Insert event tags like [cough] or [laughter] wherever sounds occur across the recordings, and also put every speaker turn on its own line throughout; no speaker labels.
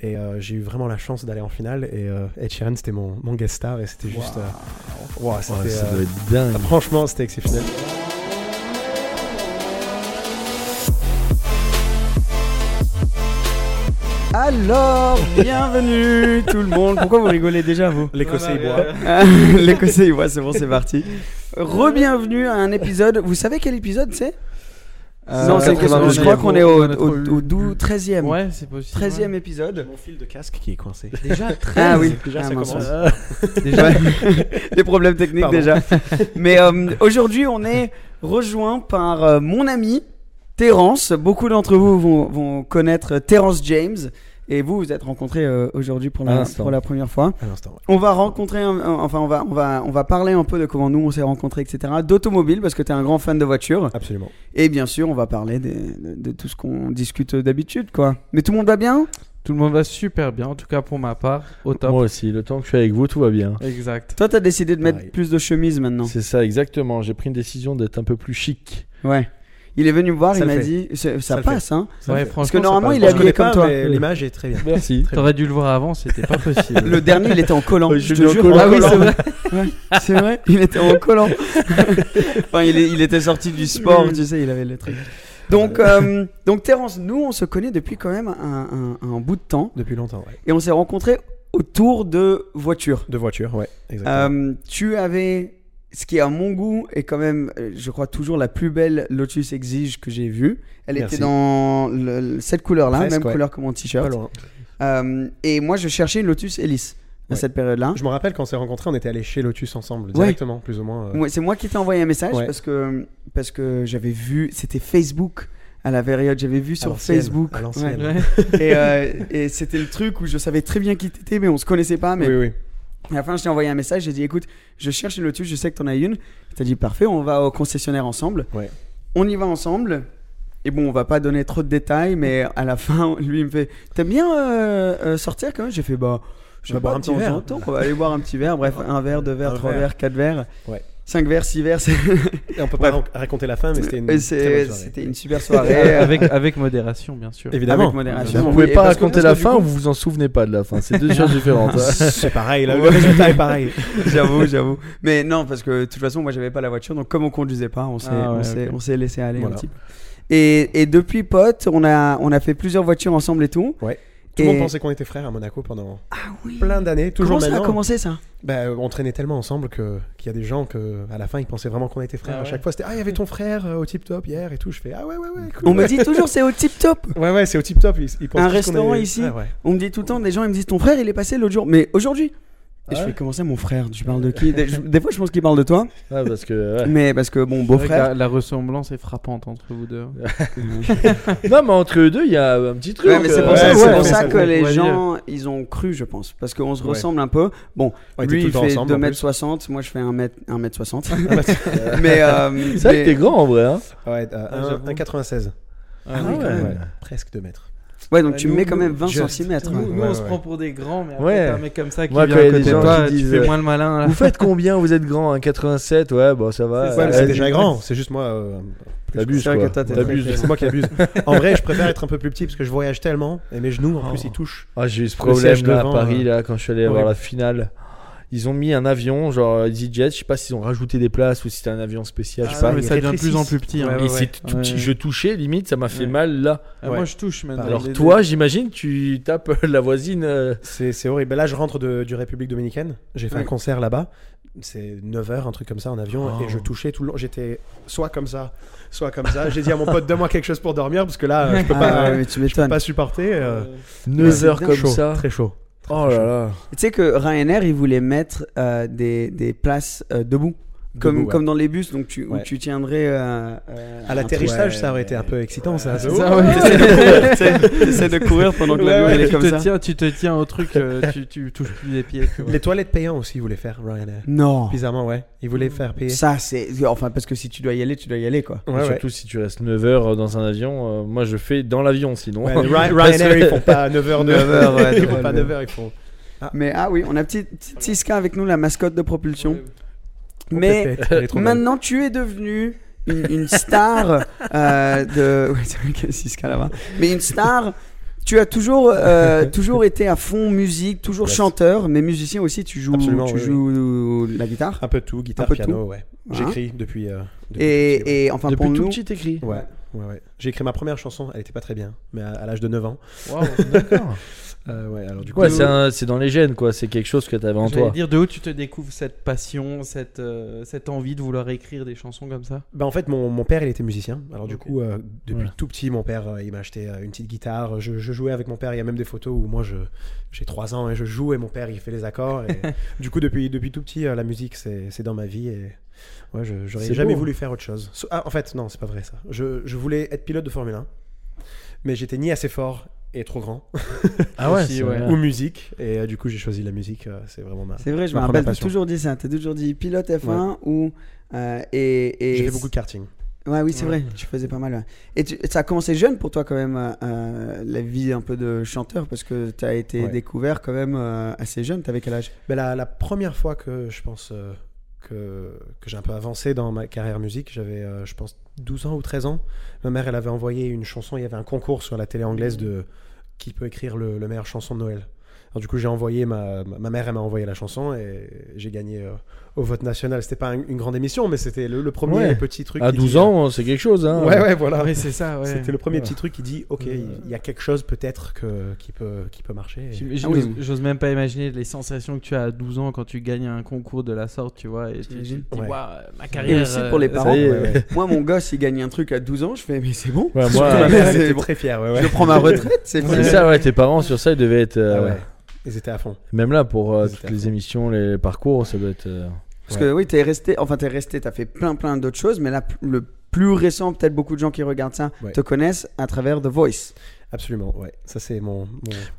Et euh, j'ai eu vraiment la chance d'aller en finale. Et euh, Ed Sheeran, c'était mon, mon guest star. Et c'était juste. euh, wow, c'était,
Ouais, ça
euh,
doit être dingue.
franchement, c'était exceptionnel.
Alors, bienvenue tout le monde. Pourquoi vous rigolez déjà vous
L'Écossais, il boit.
Ah, [laughs] L'Écossais, il voit, c'est bon, c'est parti. Rebienvenue à un épisode. Vous savez quel épisode c'est Non, c'est Je crois qu'on est au, au, au 12, 13e.
Ouais, c'est possible.
13e épisode.
Mon fil de casque qui est coincé.
Déjà,
Ah oui,
Déjà,
Ah,
ça
mince.
commence.
Déjà, [laughs] des problèmes techniques
Pardon.
déjà. Mais euh, aujourd'hui, on est rejoint par euh, mon ami Terence. Beaucoup d'entre vous vont, vont connaître Terence James. Et vous, vous êtes rencontrés euh, aujourd'hui pour,
À
la-
l'instant.
pour la première fois.
À l'instant, ouais.
On va rencontrer, un- un- enfin, on va, on, va, on va parler un peu de comment nous on s'est rencontrés, etc. D'automobile, parce que tu es un grand fan de voiture.
Absolument.
Et bien sûr, on va parler des- de, de tout ce qu'on discute d'habitude, quoi. Mais tout le monde va bien
Tout le monde va super bien, en tout cas pour ma part, au top.
Moi aussi, le temps que je suis avec vous, tout va bien.
Exact.
Toi, t'as décidé de mettre
Pareil.
plus de chemises maintenant.
C'est ça, exactement. J'ai pris une décision d'être un peu plus chic.
Ouais. Il est venu me voir,
Ça
il
le
m'a
fait.
dit, ça, ça
le
passe, hein. Parce
Ouais,
que
franchement,
normalement,
c'est
il
pas-
est
Je connais
habillé
pas,
comme toi.
mais
Le-
L'image est très bien.
Merci.
T'aurais dû le voir avant, c'était pas possible.
[laughs] Le dernier, il était en collant.
Ouais,
je
je
te
l'ai en
jure.
collant.
Ah oui,
Collant.
c'est vrai. Ouais, c'est vrai. Il était en collant. [laughs] enfin, il, est- il était sorti du sport, tu sais, il avait le truc. Donc, euh, donc Terence, nous, on se connaît depuis quand même un, un- un bout de temps.
Depuis longtemps, ouais.
Et on s'est rencontrés autour de voitures.
De voiture, ouais. Exactement.
Euh, tu avais, ce qui à mon goût est quand même, euh, je crois, toujours la plus belle Lotus Exige que j'ai vue. Elle
Merci.
était dans le- le- cette couleur-là,
Presque,
même
ouais.
couleur que mon
Pas
t-shirt.
loin.
Euh, et moi, je cherchais une Lotus Hélice à
Ouais.
cette période-là.
Je me rappelle quand on s'est rencontrés, on était allés chez Lotus ensemble,
Hein Ouais.
directement, plus ou moins. euh,
Ouais, c'est moi qui t'ai envoyé un message
Ouais.
parce que, parce que j'avais vu, c'était Facebook à la période, j'avais vu sur
l'ancienne,
Facebook.
à l'ancienne.
Ouais.
[laughs] Ouais.
et euh, et c'était le truc où je savais très bien qui t'étais, mais on se connaissait pas. Mais
Oui, oui.
à la fin, je t'ai envoyé un message, j'ai dit écoute, je cherche une Lotus, je sais que t'en as une. T'as dit parfait, on va au concessionnaire ensemble.
Ouais.
On y va ensemble. Et bon, on va pas donner trop de détails, mais à la fin, [laughs] lui, il me fait T'aimes bien euh, euh, sortir quand même J'ai fait Bah, je
On va boire
sais
un
pas, de
petit
temps
verre.
en temps, on va aller boire un petit
[laughs]
verre. Bref, un verre, deux verres,
Un
trois
verre.
verres, quatre verres.
Ouais.
Cinq verres, six verres. c'est-
Et on peut pas ran- raconter la fin, mais
[laughs]
c'était une
Et
très
Euh, c'est-
bonne soirée.
C'était une
[laughs]
super soirée. Euh,
avec, avec modération, bien sûr.
Évidemment.
Avec modération.
Vous
Oui,
pouvez
et
pas
parce que-
raconter
parce
la
que du
fin
coup-
ou vous vous en souvenez pas de la fin C'est deux choses différentes. hein.
[laughs]
C'est pareil, là, le résultat est pareil.
j'avoue, j'avoue. Mais non, parce que de toute façon, moi, j'avais pas la voiture, donc comme on conduisait pas, on s'est,
Ah ouais,
on s'est,
ok.
on s'est laissé aller
Voilà.
un petit peu. Et, et depuis, pote, on a, on a fait plusieurs voitures ensemble et tout.
Ouais. Tout le
Et- Ah
monde pensait qu'on était frères à Monaco pendant plein d'années. Toujours
Comment ça a
maintenant. hein.
commencé ça
Bah, euh, on traînait tellement ensemble que qu'il y a des gens que à la fin ils pensaient vraiment qu'on était frères.
Ah
À
ouais.
chaque fois c'était ah il y avait ton frère euh, au tip top hier et tout. Je fais ah ouais ouais ouais. Cool.
On me dit toujours, c'est au tip top.
[laughs] ouais ouais c'est au tip top. Ils, ils pensent
Un
tous qu'on
restaurant
est-
ici.
Ah, ouais.
On me dit tout le temps, des gens, ils me disent, ton frère, il est passé l'autre jour. Mais aujourd'hui
Ah
et je
Ouais.
fais comment ça mon frère Tu parles de qui des, je- des fois je pense qu'il parle de toi,
Ah, parce que. ouais.
mais parce que bon
C'est vrai que
beau-frère.
La, la ressemblance est frappante entre vous deux.
[laughs]
Non, mais entre eux deux, il y a un petit truc.
Ouais, mais c'est pour
euh,
ça,
ouais,
c'est
ouais,
pour
ouais,
ça
ouais,
que
ouais,
les
ouais,
gens, ils ont cru, je pense. Parce qu'on se
Ouais.
ressemble un peu. Bon,
On était
lui,
tout
il
le temps
fait
ensemble, en
2m60, moi je fais 1m,
[laughs]
1m60. mais. euh,
C'est vrai
mais-
que t'es grand en
[laughs]
vrai. Hein.
Ouais euh, un-
j'avoue.
1,96.
Ah,
oui, quand même.
Ouais.
Presque 2 mètres.
Ouais, donc
Ouais,
tu
nous,
me mets quand
nous,
même hein. 20
just-
cm.
Nous, nous,
Ouais,
on se
ouais.
prend pour des grands, mais
Ouais.
après, t'as un mec comme ça qui
Moi,
vient
quand il y
à
a des
côté de
gens
toi,
qui
tu
disent,
fais
euh,
moins le malin. là.
Vous faites combien Vous êtes grand, 1,87 Ouais, bon, ça va.
Ouais,
C'est ça,
mais
Euh,
c'est
ouais,
déjà
tu-
grand. C'est juste moi. euh, plus,
T'abuses
C'est vrai
quoi.
que toi, t'es
T'abuses.
C'est moi qui abuse. En vrai, je préfère être un peu plus petit parce que je voyage tellement et mes genoux en plus
Oh.
ils touchent.
Ah, j'ai eu ce
Le siège
problème là, à
devant,
Paris
euh,
là quand je suis allé voir la finale. Ils ont mis un avion, genre euh, EasyJet. Je sais pas s'ils ont rajouté des places ou si c'était un avion spécial. je sais
Ah,
pas.
mais
il
ça devient de
rétrécit.
plus en plus petit. hein.
Et c'est tout
Ouais,
petit.
ouais.
Je touchais, limite, ça m'a fait
Ouais.
mal là.
Ah, Moi, je touche
Bah,
maintenant.
Alors
Les-
toi, j'imagine, tu tapes euh, la voisine. euh,
C'est c'est horrible. Ben Là, je rentre de, du République Dominicaine. J'ai fait un concert là-bas. C'est 9 heures, un truc comme ça, en avion.
Oh.
Et je touchais tout le long. J'étais soit comme ça, soit comme ça. J'ai dit à mon pote, donne-moi quelque chose pour dormir, parce que là, euh, je peux
Ah
pas,
ouais, mais tu
je peux
m'étonnes.
pas supporter. euh,
9
c'est
heures
dingue.
comme
Chaud,
ça.
Très chaud.
Oh là là.
Tu sais que Ryanair, ils voulaient mettre euh, des, des places euh, debout. Comme,
Debout, ouais.
comme dans les bus, donc tu, où
Ouais.
tu tiendrais. euh, euh,
À
un
l'atterrissage,
truc.
ça aurait été un peu excitant, ça.
C'est ça, ouais.
T'essaies de courir, tu
[laughs]
sais, T'essaies de courir pendant que
Ouais,
l'avion
ouais,
il est
tu,
comme
te
ça.
tiens, tu te tiens au truc, euh, tu, tu touches plus les pieds. tu
[laughs]
vois.
Les toilettes payantes aussi, ils voulaient faire, Ryanair.
Non.
Bizarrement, ouais. Ils voulaient faire payer.
Ça, c'est. Enfin, parce que si tu dois y aller, tu dois y aller, quoi.
Ouais, ouais.
Surtout si tu restes 9 heures dans un avion. euh, moi, je fais dans l'avion sinon. [laughs]
Ouais, mais Ry-
Parce que-
Ryanair,
[laughs]
ils font pas 9 heures de.
9 heures,
[laughs]
[laughs]
ouais,
ils
drôle,
font pas
ouais.
9 heures, ils font.
Mais ah oui, on a petit, petit Tiska avec nous, la mascotte de propulsion. Mais
Mais
Maintenant, tu es devenu une, une star euh, de. [laughs] Ouais, c'est vrai qu'il y a Siska là-bas. Mais une star. Tu as toujours,
[laughs]
euh, toujours été à fond musique, toujours
Yes.
chanteur, mais musicien aussi. Tu joues,
Absolument,
tu
oui,
joues la guitare.
un peu tout, guitare,
Un peu Hein
piano, ouais. J'écris depuis. euh, depuis
Et,
petit, ouais.
et enfin,
Depuis
pour
tout
nous,
petit écrit.
Ouais, ouais, ouais. J'ai écrit ma première chanson, elle était pas très bien, mais à, à l'âge de 9 ans.
[laughs] Waouh.
Euh, ouais, alors du coup.
Ouais, c'est un- c'est dans les gènes quoi. C'est quelque chose que t'avais en
J'allais
toi.
dire de où tu te découvres cette passion, cette, euh, cette envie de vouloir écrire des chansons comme ça
Bah, en fait, mon, mon père, il était musicien. Alors, du
Ok.
coup, euh, depuis
Ouais.
tout petit, mon père, euh, il m'a acheté euh, une petite guitare. Je, je jouais avec mon père. Il y a même des photos où moi, je j'ai 3 ans et je joue et mon père, il fait les accords.
[laughs]
Et du coup, depuis, depuis tout petit, euh, la musique, c'est c'est dans ma vie. Et ouais, je- j'aurais
C'est
jamais
beau.
voulu faire autre chose. So- ah, en fait, non, c'est pas vrai ça. Je, je voulais être pilote de Formule 1, mais j'étais ni assez fort et trop grand,
Ah
[laughs]
ouais,
c'est
c'est vrai.
ou musique. Et euh, du coup, j'ai choisi la musique. euh, c'est vraiment ma.
c'est vrai, je
ma première
me rappelle, t'as
passion.
toujours dit ça. T'as toujours dit pilote F1 ou euh, et, et
J'ai fait beaucoup de karting.
Ouais, oui, c'est
Ouais.
vrai, tu faisais pas mal. ouais. Et tu- ça a commencé jeune pour toi quand même, euh, euh, la vie un peu de chanteur, parce que tu as été
Ouais.
découvert quand même euh, assez jeune, t'avais quel âge
Ben, la, la première fois que je pense euh, que, que j'ai un peu avancé dans ma carrière musique, j'avais, euh, je pense, 12 ans ou 13 ans. Ma mère, elle avait envoyé une chanson, il y avait un concours sur la télé anglaise de qui peut écrire le, le meilleur chanson de Noël. Alors, du coup, j'ai envoyé ma, ma ma mère, elle m'a envoyé la chanson et j'ai gagné euh, au vote national. C'était pas un- une grande émission, mais c'était le, le premier
Ouais.
petit truc.
À
qui
12
dit-
ans, c'est quelque chose. Hein.
Ouais, ouais, voilà.
c'est ça,
C'était le premier
Ouais.
petit truc qui dit, ok, il il y a quelque chose peut-être que, qui, peut, qui peut marcher. Et-
J'im-
Ah oui.
J'ose j'ose même pas imaginer les sensations que tu as à 12 ans quand tu gagnes un concours de la sorte, tu vois. Et tu, tu te
T'imagines
dis,
Ouais.
Waouh, ma
Et
carrière.
aussi pour les
euh,
parents.
ça y est.
Ouais, ouais.
Moi, mon gosse, il gagne un truc à 12 ans, je fais, mais c'est bon,
Ouais,
Surtout
moi,
ma
Ma
mère,
mère, elle
c'est
était
bon.
très fière. ouais, ouais.
je prends ma retraite, c'est bon.
[laughs] C'est ça, ouais. Tes parents sur ça, ils devaient être. euh,
Ah ouais. Ils étaient à fond.
Même là, pour
Ils
euh,
étaient à
toutes les
fond.
émissions, les parcours, ça doit être. euh,
Parce que oui, t'es resté, enfin t'es resté, t'as fait plein plein d'autres choses, mais là, le plus récent, peut-être beaucoup de gens qui regardent ça
Ouais.
te connaissent à travers The Voice.
Absolument, ouais. Ça, c'est mon, mon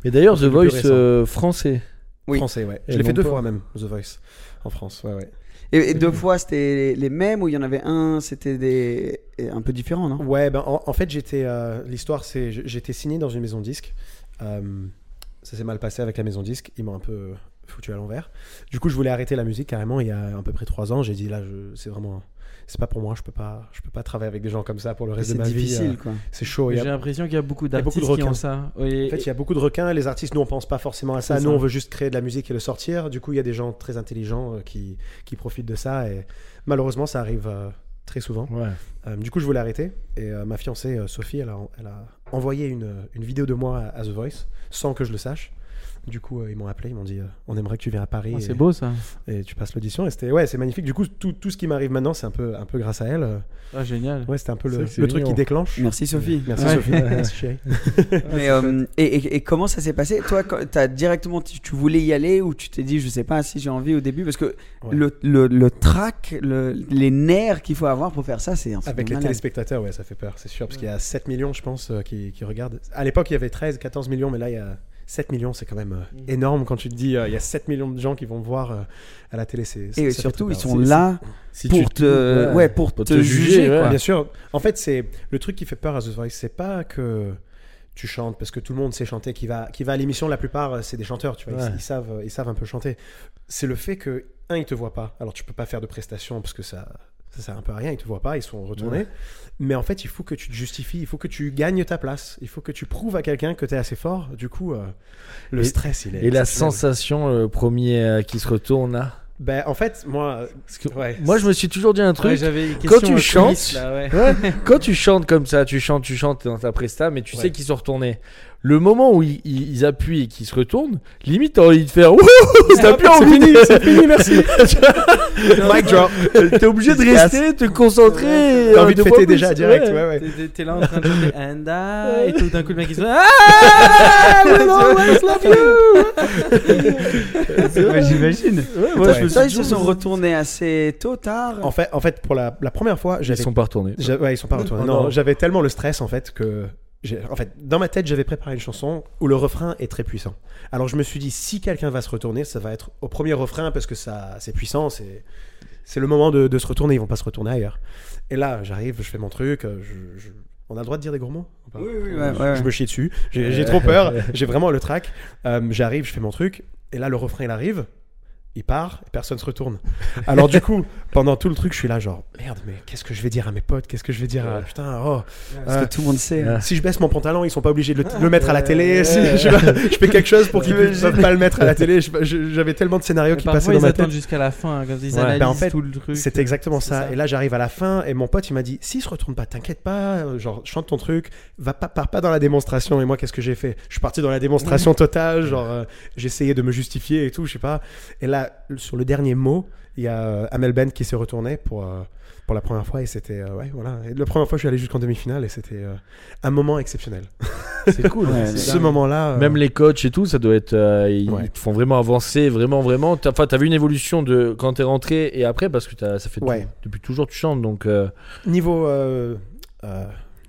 Mais d'ailleurs, The
Le plus
Voice euh, français.
Oui.
français, ouais.
Et
Je l'ai fait
non
deux
pas.
fois même, The Voice, en France, ouais, ouais.
Et, et deux fois, c'était les mêmes, ou il y en avait un, c'était des un peu différent, non
Ouais, ben, en, en fait, j'étais. euh, L'histoire, c'est. j- J'étais signé dans une maison disque. Euh, ça s'est mal passé avec la maison disque. Ils m'ont un peu foutu à l'envers. Du coup, je voulais arrêter la musique carrément il y a à peu près trois ans. J'ai dit, là, je- c'est vraiment. C'est pas pour moi, je peux pas, je peux pas travailler avec des gens comme ça pour le reste de
C'est
ma
difficile,
vie. euh,
quoi.
C'est chaud. il y
J'ai
a-
l'impression qu'il y a beaucoup
y a beaucoup
d'artistes
de
qui
requins.
ont ça. Oui,
En fait,
et-
il y a beaucoup de requins. Les artistes, nous, on pense pas forcément à ça.
C'est
Nous,
ça.
on veut juste créer de la musique et le sortir. Du coup, il y a des gens très intelligents euh, qui, qui profitent de ça. Et malheureusement, ça arrive euh, très souvent.
Ouais.
Euh, du coup, je voulais arrêter. Et euh, ma fiancée, euh, Sophie, elle a, elle a envoyé une, une vidéo de moi à, à The Voice sans que je le sache. Du coup, euh, ils m'ont appelé. Ils m'ont dit euh, On aimerait que tu viennes à Paris.
Oh, c'est
et-
beau ça.
Et tu passes l'audition. Et c'était ouais, c'est magnifique. Du coup, tout, tout ce qui m'arrive maintenant, c'est un peu, un peu grâce à elle. Euh,
Ah, génial.
Ouais, c'était un peu
C'est
le,
vrai que c'est
le truc
mignon.
qui déclenche.
Merci Sophie.
Merci
Ouais.
Sophie. Merci chérie.
Mais, euh, et, et- et comment ça s'est passé Toi, quand- t'as directement, tu, tu voulais y aller ou tu t'es dit, je sais pas si j'ai envie au début Parce que
Ouais.
le, le, le track, le- les nerfs qu'il faut avoir pour faire ça, c'est un truc
Avec
de
les
malade.
téléspectateurs, ouais, ça fait peur, c'est sûr, parce qu'il y a 7 millions, je pense, euh, qui, qui regardent. À l'époque, il y avait 13, 14 millions, mais là, il y a 7 millions, c'est quand même euh, énorme quand tu te dis, euh, il y a 7 millions de gens qui vont voir euh, à la télé. c'est c'est-
Et
ça fait
surtout,
très
ils
peur.
sont
C'est-
là
Si
pour
tu-
te, ouais, pour te juger.
ouais.
quoi.
Bien sûr. En fait, c'est le truc qui fait peur à The Voice, c'est pas que tu chantes parce que tout le monde sait chanter qui va qui va à l'émission la plupart euh, c'est des chanteurs tu vois ils-
Ouais.
ils, savent ils savent un peu chanter c'est le fait que un ils te voient pas alors tu peux pas faire de prestations parce que ça ça sert un peu à rien ils te voient pas ils sont retournés
Ouais.
mais en fait il faut que tu te justifies il faut que tu gagnes ta place il faut que tu prouves à quelqu'un que tu es assez fort du coup euh, le
Et-
stress il est
Et la
exceptionnel.
sensation, le premier euh, qui se retourne là.
ben en fait moi
Parce que
ouais,
moi, je me suis toujours dit un
Ouais,
truc.
j'avais une
tu
question aux
chantes, [laughs]
coulisses, là, ouais.
Ouais, quand tu chantes comme ça, tu chantes, tu chantes, t'es dans ta presta, mais tu
Ouais.
sais qu'ils sont retournés. Le moment où ils, ils- ils appuient et qu'ils se retournent, limite t'as envie de faire Wouhou T'as plus
c'est
envie
fini,
de-
c'est fini,
[laughs]
merci.
Tu vois
Mic drop.
T'es obligé de
Il se casse.
rester, te concentrer. et,
T'as
euh,
envie de
deux
fêter
fois
déjà
plus,
direct,
ouais.
ouais, ouais.
T'es- t'es- T'es là en train de chanter and I, et tout d'un coup le mec il se Ah Manon, I love you
Ouais, J'imagine.
Ouais,
Toi,
ouais,
je
je me
me souviens,
suis
ils se
toujours-
sont retournés assez tôt, tard.
En fait, en fait, pour la, la première fois,
Ils
j'avais.
sont pas retournés.
[laughs] j'a- ouais, ils sont pas retournés.
Oh,
non,
non.
j'avais tellement le stress en fait que. j'ai- En fait, dans ma tête, j'avais préparé une chanson où le refrain est très puissant. Alors je me suis dit, si quelqu'un va se retourner, ça va être au premier refrain parce que ça, c'est puissant, c'est, c'est le moment de, de se retourner. Ils vont pas se retourner ailleurs. Et là, j'arrive, je fais mon truc. euh, je- je- On a le droit de dire des gros mots ou pas
Oui, oui, ouais,
je,
ouais,
je
ouais.
me chie dessus. J'ai j'ai trop
[laughs]
peur. J'ai vraiment le trac. Euh, J'arrive, je fais mon truc. Et là, le refrain, il arrive. Il part. Et personne se
[laughs]
retourne. Alors, du coup, pendant tout le truc, je suis là, genre, merde, mais qu'est-ce que je vais dire à mes potes Qu'est-ce que je vais dire à. Putain, oh.
Parce
Euh,
que tout le monde sait. hein.
si je baisse mon pantalon, ils sont pas obligés de le, le mettre à la télé. Si je, sais pas, je fais quelque chose pour qu'ils ne peuvent pas le mettre à la télé. Je- je- J'avais tellement de scénarios
Mais
qui passaient
Parfois
dans
ils
ma tête.
attendent jusqu'à la fin, hein, comme ils
Ouais.
analysent
Bah, en fait,
tout le truc.
C'était exactement
c'est
ça.
ça.
Et là, j'arrive à la fin et mon pote, il m'a dit s'il se retourne pas, t'inquiète pas, euh, genre chante ton truc, va pas pars pas dans la démonstration. Et moi, qu'est-ce que j'ai fait Je suis parti dans la démonstration totale, genre euh, j'essayais de me justifier et tout, je sais pas. Et là, sur le dernier mot, il y a euh, Amel Ben qui s'est retourné pour euh, pour la première fois et c'était euh, ouais voilà. Et la première fois, je suis allé jusqu'en demi-finale et c'était euh, un moment exceptionnel.
C'est cool.
Ouais, c'est
Ce
dingue.
moment-là, euh,
Même les coachs et tout, ça doit être. euh, ils
Ouais.
ils te font vraiment avancer, vraiment, vraiment. T'as- Enfin, t'as vu une évolution de quand t'es rentré et après, parce que t'as- ça fait
Ouais.
tout- depuis toujours tu chantes, donc euh,
niveau euh, euh,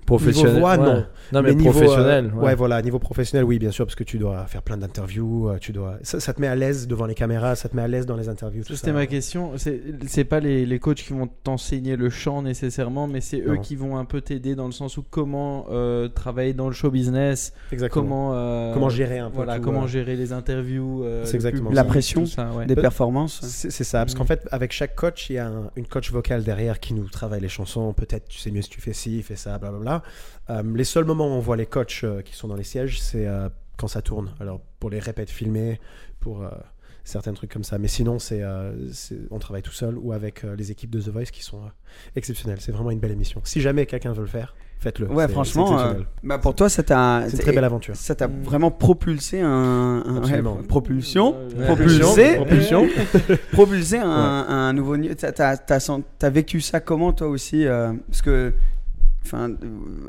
professionnel.
Niveau voix,
ouais.
non.
Ah, mais,
niveau,
professionnel.
euh,
ouais.
ouais. voilà, niveau professionnel, oui, bien sûr, parce que tu dois faire plein d'interviews, euh, tu dois, ça, ça te met à l'aise devant les caméras, ça te met à l'aise dans les interviews. tout
C'était
ça.
ma question. C'est c'est pas les, les coachs qui vont t'enseigner le chant nécessairement, mais c'est eux
Non.
qui vont un peu t'aider dans le sens où comment euh, travailler dans le show business,
Exactement.
comment euh,
Comment gérer un peu
voilà,
tout,
comment
euh,
gérer les interviews, euh,
C'est
le
exactement
public,
ça.
La pression
tout ça, ouais.
Des performances.
C'est c'est ça, parce qu'en
Mm.
Mhm.
fait, avec chaque coach, il y a un- une coach vocale derrière qui nous travaille les chansons. Peut-être, tu sais mieux si tu fais ci, fais ça, blablabla. Euh, les seuls moments où on voit les coachs euh, qui sont dans les sièges, c'est euh, quand ça tourne. Alors, pour les répètes filmées, pour euh, certains trucs comme ça. Mais sinon, c'est euh, c'est- on travaille tout seul ou avec euh, les équipes de The Voice qui sont euh, exceptionnelles. C'est vraiment une belle émission. Si jamais quelqu'un veut le faire, faites-le.
Ouais,
C'est- c'est
franchement,
exceptionnel.
euh, bah, pour toi, ça t'a.
c'est une très belle aventure.
Ça t'a
Mm.
vraiment propulsé un. un-
Absolument.
ouais, propulsion.
Ouais.
Propulsé.
Propulsion.
Propulsé un, un nouveau niveau. T'as, t'as, t'as sent- t'as vécu ça comment toi aussi euh, Parce que, enfin, euh,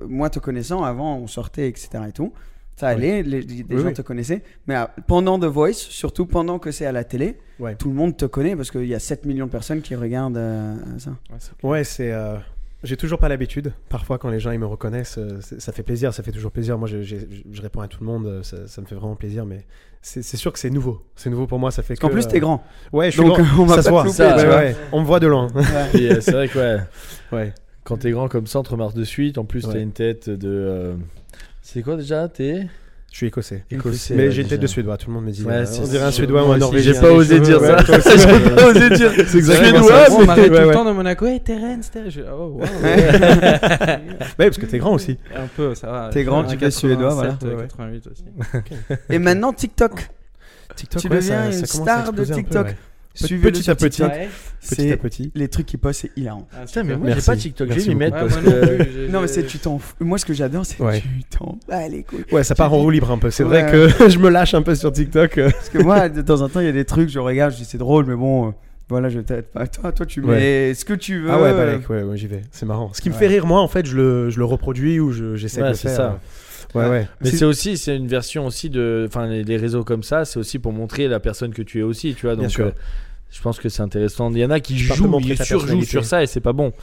moi te connaissant, avant on sortait, etc. et tout. Ça allait, les, les- les
Oui,
gens
oui.
te connaissaient. Mais euh, pendant The Voice, surtout pendant que c'est à la télé,
Ouais.
tout le monde te connaît parce qu'il y a 7 millions de personnes qui regardent euh, ça.
Ouais, c'est. euh, J'ai toujours pas l'habitude. Parfois, quand les gens ils me reconnaissent, euh, c'est- ça fait plaisir, ça fait toujours plaisir. Moi, je, je- je réponds à tout le monde, euh, ça, ça me fait vraiment plaisir. Mais c'est c'est sûr que c'est nouveau. C'est nouveau pour moi. Ça fait.
Parce qu'en
que,
plus,
euh,
t'es grand.
Ouais, je suis
donc,
grand.
[laughs] on va
ça se
pas te
voit.
louper,
Ça,
Ouais,
tu vois.
ouais. On me voit de
[laughs]
loin.
[laughs] Puis, euh, c'est vrai que ouais,
[laughs] ouais.
quand t'es grand comme ça, on te remarque de suite. En plus,
Ouais.
t'as une tête de. euh, C'est quoi déjà T'es
Je suis écossais.
écossais.
Mais
ouais,
j'ai une
déjà.
tête de suédois. Tout le monde me dit.
Ouais,
euh,
c'est-
on dirait un
c'est-
suédois ou
moi
un
aussi,
norvégien.
j'ai pas osé
Les cheveux,
dire ça.
toi
[laughs]
aussi,
J'ai pas osé dire.
C'est exactement
Suédois,
ça.
Moi, on m'arrête
Ouais,
tout
ouais.
le temps de Monaco. Hey, Terence, Terence. Je- Oh, wow.
[laughs]
Ouais, parce que t'es grand aussi.
un peu, ça va.
T'es grand, tu fais
1,87,
suédois, voilà.
euh,
Ouais, ouais.
88 aussi.
Et maintenant, TikTok.
TikTok,
Tu
ouais,
deviens
ça-
une
ça commence à
star de
exploser un peu,
TikTok.
ouais.
Suivez-le
petit
sur
à petit.
TikTok.
Ouais.
Petit
C'est
à petit.
les trucs qui postent, c'est hilarant.
Ah,
Putain, mais
super.
moi, j'ai
Merci.
pas TikTok. Je
Merci
vais m'y mettre
Ouais,
parce
moi non
que.
plus, j'ai-
Non, mais
j'ai-
c'est tu t'en. fous. Moi, ce que j'adore, c'est
Ouais.
tu t'en bats les couilles.
Ouais, ça part en roue libre un peu. C'est vrai
Ouais.
que [laughs] je me lâche un peu sur TikTok. euh.
Parce que moi, de temps en temps, il y a des trucs, je regarde, je dis c'est drôle, mais bon, euh, voilà, je vais peut-être pas. Toi, toi, tu mets ce que tu veux.
Ah ouais,
Euh.
Balek, ouais, ouais, j'y vais. C'est marrant. Ce qui me
Ouais.
fait rire, moi, en fait, je le, je le reproduis ou je- j'essaie
Ouais,
de le
c'est
faire.
ça. Ah.
Ouais, ouais.
Mais
C'est-
c'est aussi, c'est une version aussi de, enfin, les, les réseaux comme ça, c'est aussi pour montrer la personne que tu es aussi, tu vois.
Bien
Donc,
sûr.
euh, je pense que c'est intéressant. Il y en a qui
Tu peux te
jouent,
montrer
ils
ta
surjouent
personnalité.
sur ça et c'est pas bon.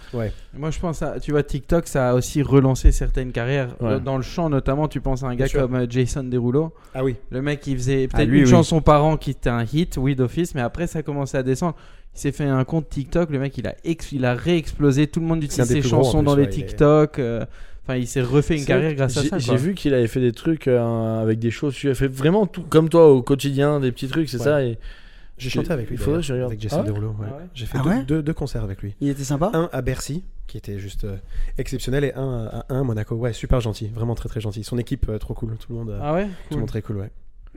Moi, je pense à, tu vois, TikTok, ça a aussi relancé certaines carrières.
Ouais.
Euh, Dans le chant, notamment, tu penses à un gars
sûr.
comme euh, Jason Derulo.
Ah oui.
Le mec, il faisait peut-être
Ah, lui,
une
oui.
chanson par an qui était un hit, oui, d'office, mais après, ça a commencé à descendre. Il s'est fait un compte TikTok, le mec, il a, ex- il a réexplosé. Tout le monde
C'est un
utilise
des
ses
plus gros, en
chansons
plus,
dans
ouais,
les
il est-
TikTok. euh, Enfin, il s'est refait une
C'est
carrière
vrai que
grâce à
j'ai-
ça.
J'ai
quoi.
vu qu'il avait fait des trucs euh, avec des choses. Tu as fait vraiment tout comme toi au quotidien, des petits trucs, c'est
Ouais.
ça. Et...
J'ai
Je-
chanté avec lui.
il faudrait
d'ailleurs,
que je regarde.
Avec Jason
Ah ouais
Derulo. ouais.
Ah ouais
J'ai fait
Ah
deux,
ouais
deux- deux concerts avec lui.
Il était sympa
Un à Bercy, qui était juste euh, exceptionnel, et un à, à un à Monaco. Ouais, super gentil, vraiment très très gentil. Son équipe, euh, trop cool. Tout le monde, euh,
Ah ouais
tout le monde très cool, ouais.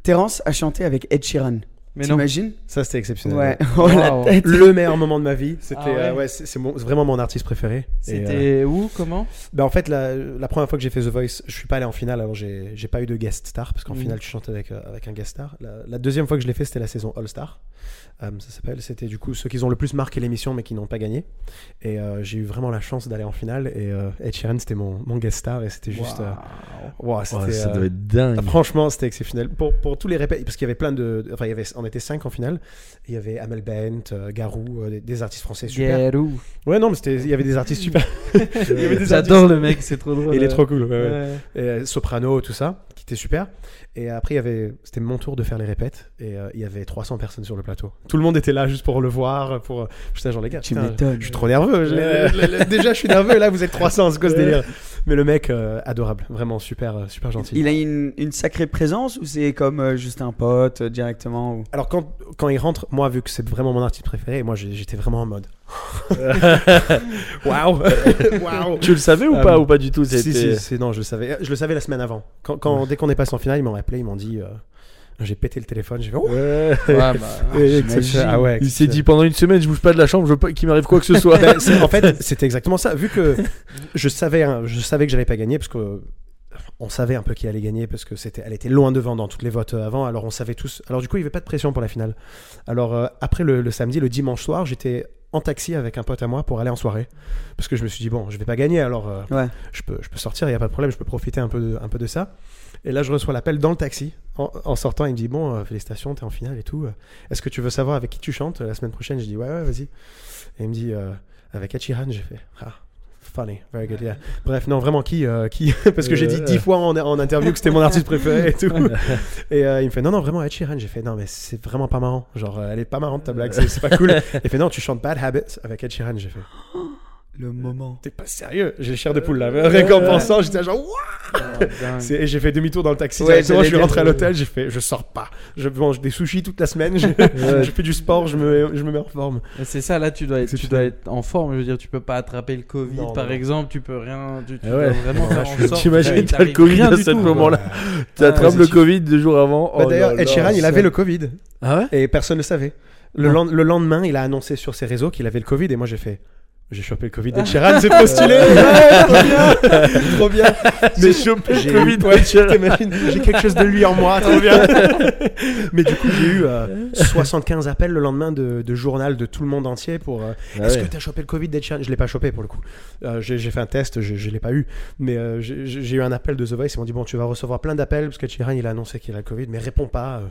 Terence a chanté avec Ed Sheeran.
Mais non.
T'imagines
Ça, c'était exceptionnel.
Ouais.
[laughs]
[laughs]
ouais.
Oh la
Wow.
tête.
Le meilleur moment de ma vie. C'était,
Ah ouais.
euh, ouais, c'est c'est mon- c'est vraiment mon artiste préféré. Et, euh,
C'était où Comment
Bah en fait, la, la première fois que j'ai fait The Voice, je suis pas allé en finale, alors j'ai j'ai pas eu de guest star, parce qu'en
Mhm.
Mm.
finale, tu chantais avec, euh, avec un guest star. La, la deuxième fois que je l'ai fait, c'était la saison All Star. Euh, ça s'appelle. C'était du coup ceux qui ont le plus marqué l'émission, mais qui n'ont pas gagné. Et euh, j'ai eu vraiment la chance d'aller en finale. Et euh, Ed Sheeran, c'était mon, mon guest star, et c'était juste. euh, wow, c'était,
Ouais, ça
euh,
doit être dingue.
ah, Franchement, c'était exceptionnel. Pour, pour tous les répètes, parce qu'il y avait plein de. Enfin, il y avait, on était cinq en finale. Il y avait Amel Bent, euh, Garou, euh, des, des artistes français super.
Garou.
Ouais, non, mais c'était- il y avait des artistes super.
[laughs]
il y avait des artistes-
J'adore le mec, c'est trop drôle.
Il est trop cool. ouais, ouais.
Ouais.
Et, euh, soprano, tout ça, qui était super. Et après, il y avait. C'était mon tour de faire les répètes. Et euh, il y avait 300 personnes sur le plateau. Tout le monde était là juste pour le voir. Pour. euh, Putain, genre, les gars,
Tu
putain,
m'étonnes.
je suis trop nerveux. je [laughs] l'ai- je l'ai- Déjà, je suis nerveux. Là, vous êtes 300, c'est quoi ce délire Mais le mec, euh, adorable. Vraiment super, euh, super gentil.
Il a une, une sacrée présence ou c'est comme euh, juste un pote euh, directement ou...
Alors quand, quand il rentre, moi vu que c'est vraiment mon artiste préféré, moi j'ai- j'étais vraiment en [laughs] mode. Waouh, waouh.
Tu le savais ou
Ah,
pas
bon.
ou pas du tout
Si,
c'était-
si, si, non, je le savais. Je le savais la semaine avant. Quand, quand- dès qu'on est passé en finale, ils m'ont appelé, ils m'ont dit. euh, j'ai pété le téléphone, j'ai fait. Oh,
Ouais.
[laughs] Ouais, bah,
Et-
j'imagine.
ah ouais,
Il s'est
exceptionnel.
dit pendant une semaine, je bouge pas de la chambre, je veux pas qu'il m'arrive quoi que ce soit.
Ben, c'est- en fait, c'était exactement ça. Vu que je savais, hein, je savais que j'allais pas gagner parce que euh, on savait un peu qui allait gagner parce que c'était, elle était loin devant dans toutes les votes euh, avant. Alors on savait tous. Alors du coup, il y avait pas de pression pour la finale. Alors euh, après le, le samedi, le dimanche soir, j'étais en taxi avec un pote à moi pour aller en soirée parce que je me suis dit bon, je vais pas gagner. Alors euh,
Ouais.
je peux, je peux sortir, il n'y a pas de problème, je peux profiter un peu de, un peu de ça. Et là, je reçois l'appel dans le taxi. En, en sortant, il me dit Bon, euh, félicitations, t'es en finale et tout. Euh, Est-ce que tu veux savoir avec qui tu chantes euh, la semaine prochaine Je dis Ouais, ouais, vas-y. Et il me dit euh, Avec Achiran, j'ai fait Ah, funny, very good, yeah. Bref, non, vraiment, qui, euh, qui [laughs] Parce que j'ai dit
Euh,
dix fois en, en interview que c'était mon artiste préféré et
[laughs]
tout. Et euh, il me fait Non, non, vraiment, Achiran. J'ai fait Non, mais c'est vraiment pas marrant. Genre, euh, elle est pas marrante ta blague, c'est c'est pas
[laughs]
cool. Il fait Non, tu chantes Bad Habits avec Achiran. J'ai fait
[gasps] Le moment.
T'es pas sérieux J'ai le chair de poule là. Récompensant, j'étais genre Wouah
oh, dingue.
c'est- et j'ai fait demi-tour dans le taxi.
Ouais,
directement,
j'allais
je suis
dire.
rentré à l'hôtel, j'ai fait, je sors pas. Je mange des sushis toute la semaine, je, [laughs] je fais du sport, je me, je me mets en forme.
Mais C'est ça, là, tu dois, être, tu
Exceptionnel.
dois être en forme. Je veux dire, tu peux pas attraper le Covid,
Non,
par
non, non.
exemple. Tu peux rien. Tu, tu
Eh
dois
ouais.
vraiment
Ouais,
faire [laughs]
je-
en sorte.
t'imagines,
que
t'as le
t'arrives
Covid
rien
à
du
ce
tout.
moment-là. Tu attrapes
c'est
le
sûr.
Covid deux jours avant.
Bah,
Oh
D'ailleurs,
là
Ed
là.
Sheeran, il avait le Covid
Ah ouais
et personne ne le savait. Le,
Ah.
lend- le lendemain, il a annoncé sur ses réseaux qu'il avait le Covid et moi j'ai fait. J'ai chopé le [laughs] Covid d'Ed Sheeran, c'est trop stylé! [laughs] Ouais, trop bien! Trop bien.
Mais chopé
J'ai
le Covid,
eu- ouais, t'imagines, j'ai quelque chose de lui en [laughs] moi, trop bien. Mais du coup, j'ai eu euh, 75 appels le lendemain de, de journal de tout le monde entier pour. euh,
Ah
Est-ce
ouais.
que t'as chopé le Covid d'Ed Sheeran Je l'ai pas chopé pour le coup. Euh, j'ai j'ai fait un test, je, je l'ai pas eu. Mais euh, j'ai- j'ai j'ai eu un appel de The Voice. Ils m'ont dit bon, tu vas recevoir plein d'appels parce que Sheeran il a annoncé qu'il a le Covid, mais réponds pas. Euh,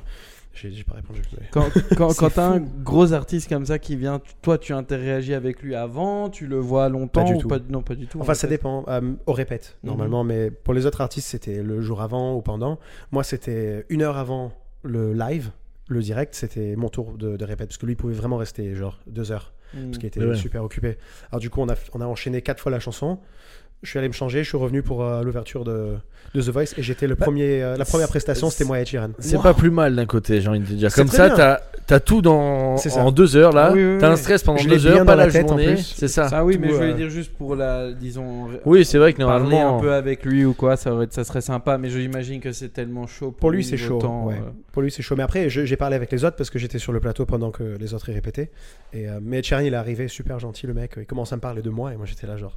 J'ai j'ai pas répondu. mais-
Quand, [laughs] quand,
C'est
quand t'as un
fou.
gros artiste comme ça qui vient, tu- toi, tu interagis avec lui avant, tu le vois longtemps
Pas du
ou
tout.
Pas, non, pas du tout.
Enfin,
en
ça
fait.
dépend. Euh, au répète,
Mhm.
normalement. Mais pour les autres artistes, c'était le jour avant ou pendant. Moi, c'était une heure avant le live. Le direct, c'était mon tour de, de répète. Parce que lui, il pouvait vraiment rester genre deux heures.
Mm.
Parce qu'il était
Mhm. Ouais.
super occupé. Alors, du coup, on a, on a enchaîné quatre fois la chanson. Je suis allé me changer. Je suis revenu pour euh, l'ouverture de, de The Voice. Et j'étais le premier. euh, la première
Bah, c'est-
prestation, c'était moi et Sheeran.
C'est pas plus mal d'un côté, j'ai envie de te dire.
C'est
Comme
très
ça,
bien.
t'as as tout dans
C'est ça.
en deux heures là.
Ah oui, oui,
t'as
oui.
un stress pendant
Je l'ai
deux heures,
bien
pas
dans
la,
la tête, en
journée.
plus.
C'est ça.
Ah oui, mais
Tout,
je voulais
euh,
dire juste pour la, disons, ré-
Oui, c'est vrai que
parler un
normalement.
peu avec lui ou quoi, ça, aurait, ça serait sympa. Mais je imagine que c'est tellement chaud. Pour,
Pour lui, c'est chaud.
autant,
ouais.
euh,
Pour lui, c'est chaud. Mais après, je- j'ai parlé avec les autres parce que j'étais sur le plateau pendant que les autres y répétaient. Et, euh, mais Ed Sheeran, il est arrivé super gentil, le mec. Il commence à me parler de moi. Et moi, j'étais là, genre.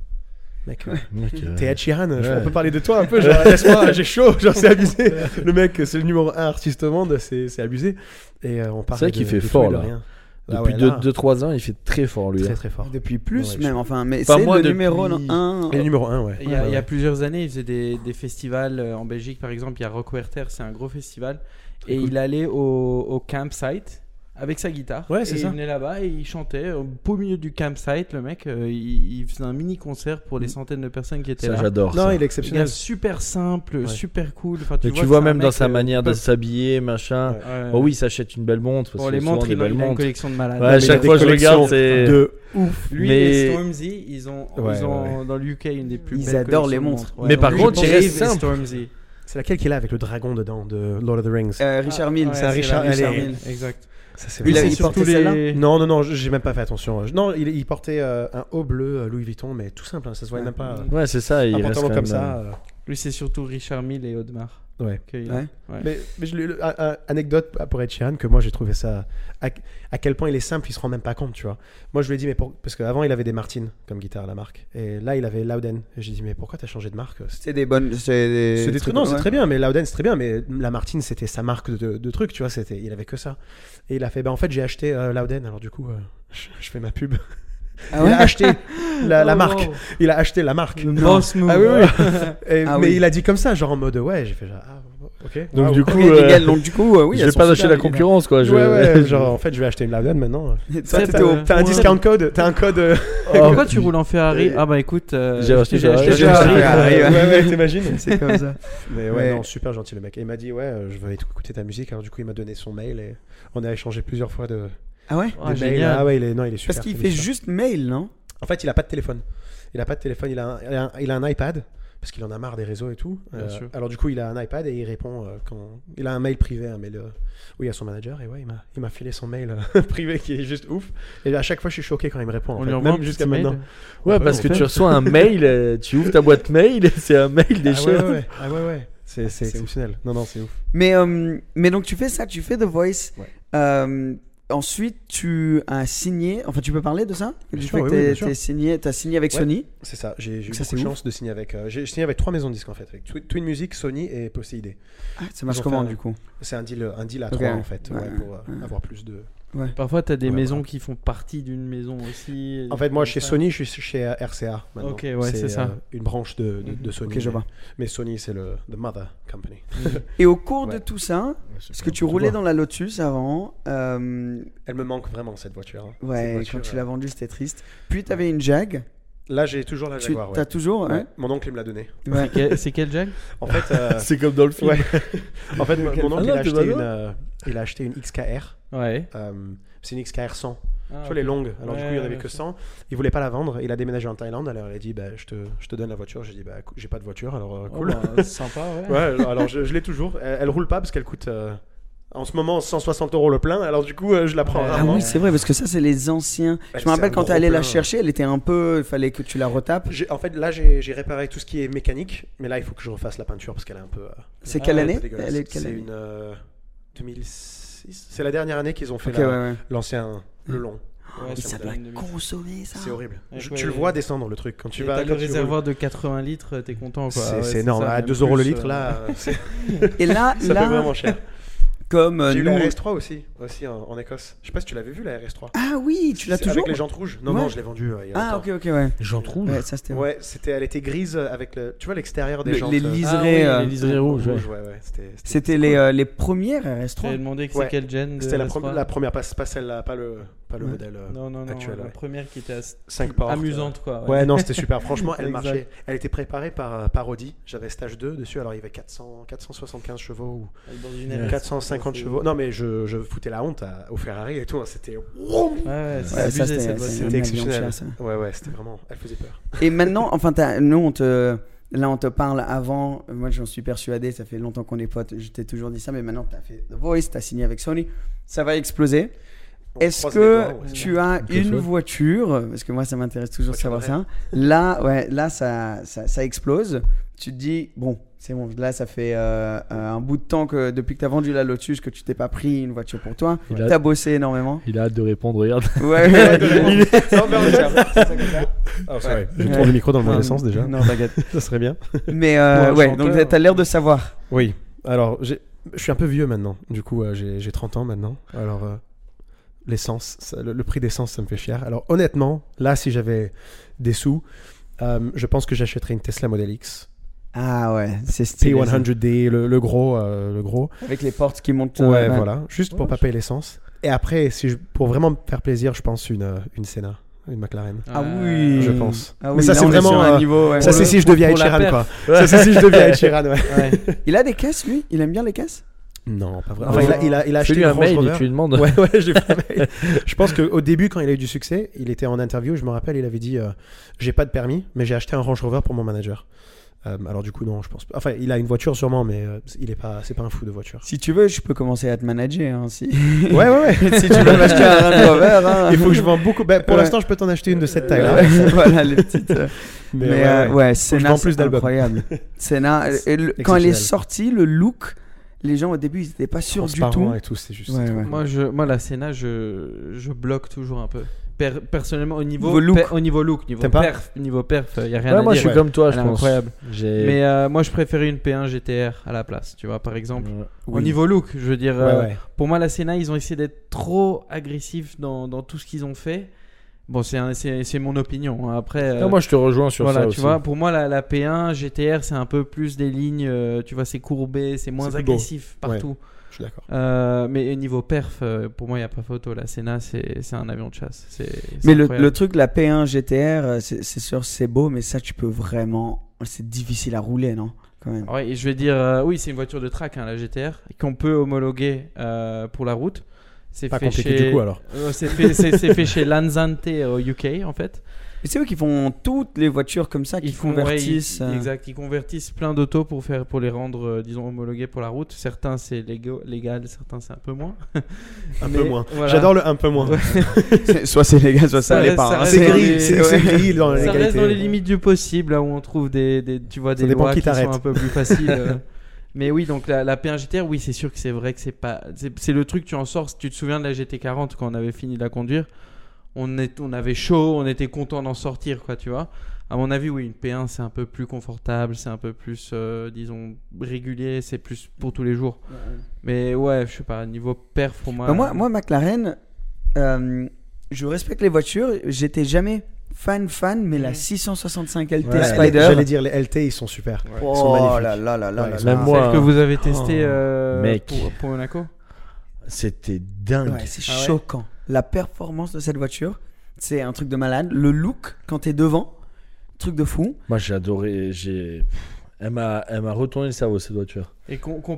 Mec, euh,
Mec, euh,
t'es Ed Sheeran, je-
Ouais.
on peut parler de toi un
[laughs]
peu, genre, laisse-moi, j'ai chaud, genre c'est abusé. Le mec, c'est le numéro 1 artiste au monde, c'est c'est abusé. Et euh, on parle
C'est vrai
de-
qu'il fait
de tout et
fort,
de
là.
rien. Ah ouais,
Depuis
là,
2-3 ans, il fait très fort lui.
Très
hein.
très fort.
Depuis plus
Ouais, je-
même, enfin, mais
Enfin,
c'est
moi,
le
depuis-
numéro 1.
Et numéro 1, ouais.
Il y, a,
bah
Ouais,
il y a
ouais.
plusieurs années, il faisait des, des festivals euh, en Belgique, par exemple. Il y a Rockwerther, c'est un gros festival. Et il allait au, au campsite avec sa guitare.
Ouais, c'est
Et
ça.
Il venait là-bas et il chantait euh, au milieu du campsite. Le mec, euh, il, il faisait un mini concert pour les centaines de personnes qui étaient
Mm. Ça,
là.
j'adore.
Non, il
ça.
est
Le gars,
exceptionnel.
super simple, super cool. Enfin,
Mais
tu
tu
que
vois
c'est un
même dans
mec,
sa
euh,
manière de
pop.
s'habiller, machin.
Ouais.
Oh oui, il s'achète une belle montre. Parce
Bon,
que
les
souvent,
montres,
des
il a
belles
une
montres.
collection de malades.
Ouais,
mais
à
il a
chaque
des
fois, je regarde,
collections
c'est.
De ouf.
Lui
Mais-
et Stormzy, ils ont,
Ouais, ouais,
ils ont dans l'UK une des plus
Ils
belles
adorent les
collections de
montres.
Mais par
Lui,
contre,
je pense
il
que
reste
c'est
simple.
Stormzy.
C'est laquelle qui est là avec le dragon dedans de Lord of the Rings
Euh, Richard Mille.
Ouais,
c'est un Richard-
la
elle est-
Mille, Ah, Exact.
Ça, c'est
Lui, il
vrai.
a-
C'est
il portait
surtout
celle-là
les-
Non, non, non, j'ai même pas fait attention. Non, il, il portait euh, un haut bleu euh, Louis Vuitton, mais tout simple, hein, ça se voyait même pas. euh,
Ouais, c'est ça. Il
un
reste
pantalon
quand
comme
même,
ça.
euh,
Lui, c'est surtout Richard Mille et Audemars.
euh, ouais.
qu'il a.
Ouais.
Ouais.
Mais, mais je l'ai- le- un- un- anecdote pour Ed Sheeran que moi j'ai trouvé ça à, à quel point il est simple, il se rend même pas compte, tu vois. Moi je lui ai dit mais pour, parce qu'avant il avait des Martins comme guitare la marque et là il avait Louden. Et j'ai dit mais pourquoi t'as changé de marque C'était-
C'est des bonnes. C'est des,
C'est des trucs non, c'est
ouais.
très bien mais Louden c'est très bien mais la Martine c'était sa marque de, de truc, tu vois, c'était il avait que ça. Et il a fait bah en fait j'ai acheté euh, Louden alors du coup euh, [laughs] je, je fais ma pub.
Ah
il
ouais
a acheté la,
[laughs]
la
Oh,
marque.
wow.
Il a acheté la marque.
Grosse move.
Ah oui, oui. Et-
Ah
mais
oui.
il a dit comme ça, genre en mode ouais, j'ai fait genre, ah, ok.
Donc,
Waouh.
[laughs] du coup,
Ok,
euh,
nickel. Donc, du coup, euh, oui.
je
elles
vais
sont
pas
super,
lâcher la
les gars.
concurrence, quoi. je-
Ouais, ouais, genre en fait je vais acheter une Louden maintenant.
Et Toi,
Très
t'étais au
peu.
T'as un
Ouais.
discount code, t'as un code.
[laughs]
euh,
Pourquoi tu roules en Ferrari Ah bah écoute, euh,
J'ai acheté Ferrari.
J'ai
hein.
acheté Ferrari,
ouais,
ouais.
ouais, t'imagines
C'est comme ça.
Mais ouais,
Ouais.
non, super gentil le mec. Et il m'a dit, ouais, euh, je veux écouter ta musique. Alors du coup, il m'a donné son mail et on a échangé plusieurs fois de,
Ah ouais
Ah,
de mails.
génial.
Ah ouais, il est, non, il est super.
Parce qu'il
il est
fait
super.
juste mail, non
En fait, il a pas de téléphone. Il a pas de téléphone, il a un, il a un, il a un iPad. Parce qu'il en a marre des réseaux et tout.
Bien
Euh,
sûr.
alors du coup, il a un iPad et il répond euh, quand il a un mail privé, un mail euh, où il y a son manager et ouais, il m'a il m'a filé son mail euh, [laughs] privé qui est juste ouf. Et à chaque fois, je suis choqué quand il me répond. en
On
fait,
lui envoie un
même
petit
jusqu'à
mail.
maintenant.
Ouais,
Ouais,
parce
on
que
fait.
tu reçois un mail, euh, tu ouvres ta boîte mail, et c'est un mail des
ah, ouais,
chefs.
ouais, ouais. Ah ouais, ouais. C'est c'est exceptionnel. Non, non, c'est ouf.
Mais, euh, mais donc tu fais ça, tu fais The Voice.
Ouais.
Euh, ensuite, tu as signé. Enfin, tu peux parler de ça
Bien
Du
sûr,
fait que
oui, oui, bien
t'es-
sûr.
t'es signé, t'as signé avec
Ouais.
Sony.
C'est ça, j'ai j'ai eu beaucoup
Ça,
de
c'est ouf.
chance de signer avec. euh, j'ai signé avec trois maisons de disques en fait, avec Twi- Twin Music, Sony et Poseidé.
Ah, ça marche
ont fait euh,
comment
un-
du coup
C'est un deal, un deal à
Ok.
trois en fait, ouais,
Ouais,
pour euh,
ouais.
avoir plus de.
Parfois, t'as des
Ouais,
maisons
voilà.
qui font partie d'une maison aussi.
En fait, moi chez Sony, je suis chez euh, RCA maintenant. euh,
Ok, ouais, c'est ça. Mm-hmm.
une branche de, de, de Sony.
Ok, je vois.
Mais Sony, c'est le the mother company.
Et au cours de
Ouais.
tout ça, parce que
pas
tu roulais dans la Lotus avant. euh,
Elle me manque vraiment cette voiture. hein. Cette
ouais,
voiture,
quand tu
euh,
l'as vendue, c'était triste. Puis tu avais une Jag.
Là, j'ai toujours la
Tu hein
Jaguar.
as
ouais.
toujours.
Ouais,
ouais.
Mon oncle il me l'a donnée.
Ouais.
Quel- C'est quel Jack
[laughs]
En fait, euh,
C'est comme dans le film.
ouais. en fait, mon
Quel
mon oncle il
fan,
a
t'es
acheté
malin.
une, euh, il a acheté une XKR.
Ouais.
euh, c'est une XKR 100. Tu vois, les longues. Alors, du
Ouais,
coup, il n'y en
Ah, ouais,
avait
bien
que
sûr.
100. Il voulait pas la vendre. Il a déménagé en Thaïlande. Alors, il a dit bah, je, te, je te donne la voiture. J'ai dit bah, cou- j'ai pas de voiture. Alors,
Oh
euh, cool.
sympa, ouais.
ouais, alors je, je l'ai toujours. Elle, elle roule pas parce qu'elle coûte euh, en ce moment 160 euros le plein. Alors, du coup, euh, je la prends
Ouais.
Ah
rarement.
oui, c'est vrai, parce que ça, c'est les anciens.
Ouais,
je me rappelle
c'est un
quand
gros hein.
tu allé la
plein.
chercher, elle était un peu. Il fallait que tu la retapes.
J'ai- En fait, là, j'ai j'ai réparé tout ce qui est mécanique. Mais là, il faut que je refasse la peinture parce qu'elle est un peu. euh,
C'est
Ah,
quelle
ouais,
un peu
année
dégueulasse.
Elle est de quelle
C'est
année
une. euh, 2006. C'est la dernière année qu'ils ont fait
Ok,
la-
ouais, ouais.
l'ancien, le long.
Ouais,
Et ça
c'est
doit
une demi-
consommer ça.
C'est horrible.
Ouais,
Je-
ouais,
tu le
ouais.
vois descendre le truc. Quand tu
Et
vas.
t'as le
quand tu roules.
réservoir de 80 litres, t'es content quoi.
C'est
Ouais,
c'est
ça,
énorme. À
même
2 euros le
plus,
litre,
euh,
là, euh, c'est-
Et [laughs] là,
ça
là
fait vraiment cher.
comme euh,
J'ai eu
nous.
la RS3 aussi, aussi en, en Écosse. Je sais pas si tu l'avais vu la RS3.
Ah oui, tu l'as
C'est
toujours
Avec les jantes rouges Non,
Ouais.
non, je l'ai vendue euh, il y a
Ah ok,
longtemps.
ok, ouais.
J'en trouve.
Ouais, ça c'était.
Ouais, c'était, elle était grise euh, avec le, tu vois l'extérieur des
Le-
jantes.
les
euh,
liserés,
Ah oui,
euh,
les liserés rouges, ouais.
rouges, ouais, ouais, c'était, c'était-
C'était les, euh, les premières
J'avais
RS3.
demandé que
Ouais.
c'est quel gen de
c'était la,
S3.
pre- la première, pas, pas celle-là, pas le, pas le
Ouais.
modèle euh,
Non, non, non,
actuel.
la
ouais.
première qui était as-
Cinq portes,
amusante
[laughs]
quoi.
Ouais, non, c'était super. Franchement, elle
Exact.
marchait. Elle était préparée par, euh, par Audi. J'avais stage 2 dessus, alors il y avait 400, 475 chevaux
Dans
ou
une RS.
450 chevaux. Non, mais je, je foutais la honte à- au Ferrari et tout. hein, c'était.
Ouais, ouais,
Ouais,
c'est
ça,
abusé
c'était-
cette voiture.
c'était-
C'était
un avion de
exceptionnel.
chasse, hein.
Ouais, ouais, c'était vraiment. Elle faisait peur.
Et maintenant, enfin, t'as- nous on te. Là, on te parle avant. Moi, j'en suis persuadé. Ça fait longtemps qu'on est potes. Je t'ai toujours dit ça, mais maintenant, t'as fait The Voice, t'as signé avec Sony. Ça va exploser.
On
Est-ce
croise
que
les doigts, ouais.
tu as
Que
une
soit.
voiture Parce que moi, ça m'intéresse toujours de
Voiture
savoir
de
ça. Là, ouais, là, ça, ça, ça explose. Tu te dis, bon, c'est bon. Là, ça fait euh, un bout de temps que depuis que tu as vendu la Lotus, que tu t'es pas pris une voiture pour toi.
Il
Tu
a-
as
[laughs]
bossé énormément.
Il a hâte de répondre, regarde.
Ouais,
Non, mais on
[laughs]
tient. C'est ça comme ça. Oh, sorry. Je
Ouais.
tourne le micro dans le
Non,
mauvais sens déjà.
Non, t'inquiète.
[laughs] Ça serait bien.
Mais euh,
Pour un
ouais,
chanteur.
donc t'as l'air de savoir.
Oui. Alors, j'ai- je suis un peu vieux maintenant. Du coup, euh, j'ai j'ai 30 ans maintenant. Alors, euh, l'essence, ça- le, le prix d'essence, ça me fait cher. Alors, honnêtement, là, si j'avais des sous, euh, je pense que j'achèterais une Tesla Model X.
Ah ouais, c'est stylé. ça.
T100D, le, le gros. euh, le gros.
Avec les portes qui montent.
Ouais,
euh,
voilà. Juste pour pas payer l'essence. Et après, si je- pour vraiment me faire plaisir, je pense une, euh, une Senna, une McLaren.
Ah oui.
Je pense.
Ah oui,
Mais ça,
là,
c'est
on est
vraiment,
sur un
euh,
niveau, ouais.
Ça, c'est
le-
si je deviens Ed
pour la
Sheeran,
perf.
quoi. [laughs] Ça, c'est si je deviens Ed Sheeran, ouais.
Ouais.
[laughs] Il a des caisses, lui Il aime bien les caisses
Non, pas vrai.
Non.
Enfin, il a, il a- il a acheté
Fais-lui
une
un
Range
mail
Rover.
et tu lui demandes.
Ouais, ouais, j'ai fait un mail. [laughs] Je pense qu'au début, quand il a eu du succès, il était en interview. Je me rappelle, il avait dit euh, J'ai pas de permis, mais j'ai acheté un Range Rover pour mon manager. Euh, alors, du coup, non, je pense pas. Enfin, il a une voiture sûrement, mais euh, il est pas, c'est pas un fou de
[laughs]
voiture.
Si tu veux, je peux commencer à te manager. hein, si...
Ouais, ouais, ouais. [laughs]
[laughs] si tu veux m'acheter un Range [laughs] Rover. hein.
Il faut que je vends beaucoup. Ben, pour
Ouais.
l'instant, je peux t'en acheter une de cette taille-là.
Ouais, [laughs] voilà les petites.
[laughs]
euh,
hein. Mais,
Mais,
ouais,
euh,
ouais.
ouais,
vends
Senna,
plus
c'est
d'albums. [laughs]
incroyable. Senna, euh, et le- quand elle est
exceptionnel.
sortie, le look, les gens au début, ils n'étaient pas sûrs du
Transparent
tout.
et tout, c'est juste.
Ouais, ouais.
Moi, je, moi, la Senna, je, je bloque toujours un peu. Per- personnellement, au niveau,
Niveau look.
per- au niveau look, niveau
T'aimes pas
perf, niveau perf, euh, y a rien
Ouais,
à
moi, je
dire.
suis comme toi, je
Elle est
pense.
incroyable.
J'ai-
Mais euh, moi, je préférais une P1 GTR à la place, tu vois, par exemple.
Ouais.
Au niveau look, je veux dire,
Ouais,
euh,
ouais.
pour moi, la Senna, ils ont essayé d'être trop agressifs dans, dans tout ce qu'ils ont fait. Bon, c'est un- c'est c'est mon opinion. hein. Après, euh,
Non, moi, je te rejoins sur
voilà,
ça
tu
aussi.
vois, pour moi, la, la P1 GTR, c'est un peu plus des lignes, euh, tu vois, c'est courbé, c'est moins
C'est plus beau.
agressif partout.
Je suis d'accord.
Euh, mais niveau perf, euh, pour moi, il n'y a pas photo. La Senna, c'est c'est un avion de chasse. C'est- c'est
Mais le,
incroyable.
le truc, la P1 GTR, euh, c'est c'est sûr, c'est beau, mais ça, tu peux vraiment. C'est difficile à rouler, non Quand
Ah.
même.
Ouais, et je vais dire, euh, oui, c'est une voiture de track, hein, la GTR, qu'on peut homologuer euh, pour la route. C'est
Pas
fait
compliqué
chez-
du coup, alors.
Euh, c'est fait, c'est- c'est fait chez Lanzante au UK, en fait.
Mais c'est eux qui font toutes les voitures comme ça, qui
font-
convertissent.
ouais, ils-
euh,
exact, ils convertissent plein d'autos pour, faire- pour les rendre, euh, disons, homologués pour la route. Certains, c'est légo- légal, certains, c'est un peu moins. [laughs]
Un
Mais
peu moins.
voilà.
J'adore le un peu moins.
c'est- soit c'est légal, soit ça
Ça
l'est
reste-
pas.
ça
hein.
reste
C'est
dans
gris,
les-
c'est
ouais.
c'est gris dans la
Ça reste
légalité.
dans les limites du possible, là où on trouve des, des- tu vois,
Ça
des
dépend
lois
qui
qui,
t'arrête.
sont un peu plus faciles. euh. Mais oui, donc la, la P1 GTR, oui, c'est sûr que c'est vrai que c'est pas. C'est c'est le truc, tu en sors, tu te souviens de la GT40 quand on avait fini de la conduire. On, est, on avait chaud, on était content d'en sortir, quoi, tu vois. À mon avis, oui, une P1, c'est un peu plus confortable, c'est un peu plus, euh, disons, régulier, c'est plus pour tous les jours. Mais ouais, je sais pas, niveau perf, pour moi.
Bah, moi, moi, McLaren, euh, je respecte les voitures. J'étais jamais fan, fan, mais la 665 LT
Ouais, les-
Spider.
J'allais dire, les LT, ils sont super. Ils sont
Oh
magnifiques.
là là là là
Ouais,
là
ils sont
là.
Même moi,
Celle que vous avez testé
Oh,
euh,
mec.
pour, pour Monaco
c'était dingue.
Ouais, c'est
Ah ouais.
choquant. La performance de cette voiture, c'est un truc de malade. Le look quand t'es devant, truc de fou.
Moi, j'ai adoré. J'ai... Elle, m'a, elle m'a retourné le cerveau, cette voiture.
Et qu'on qu'on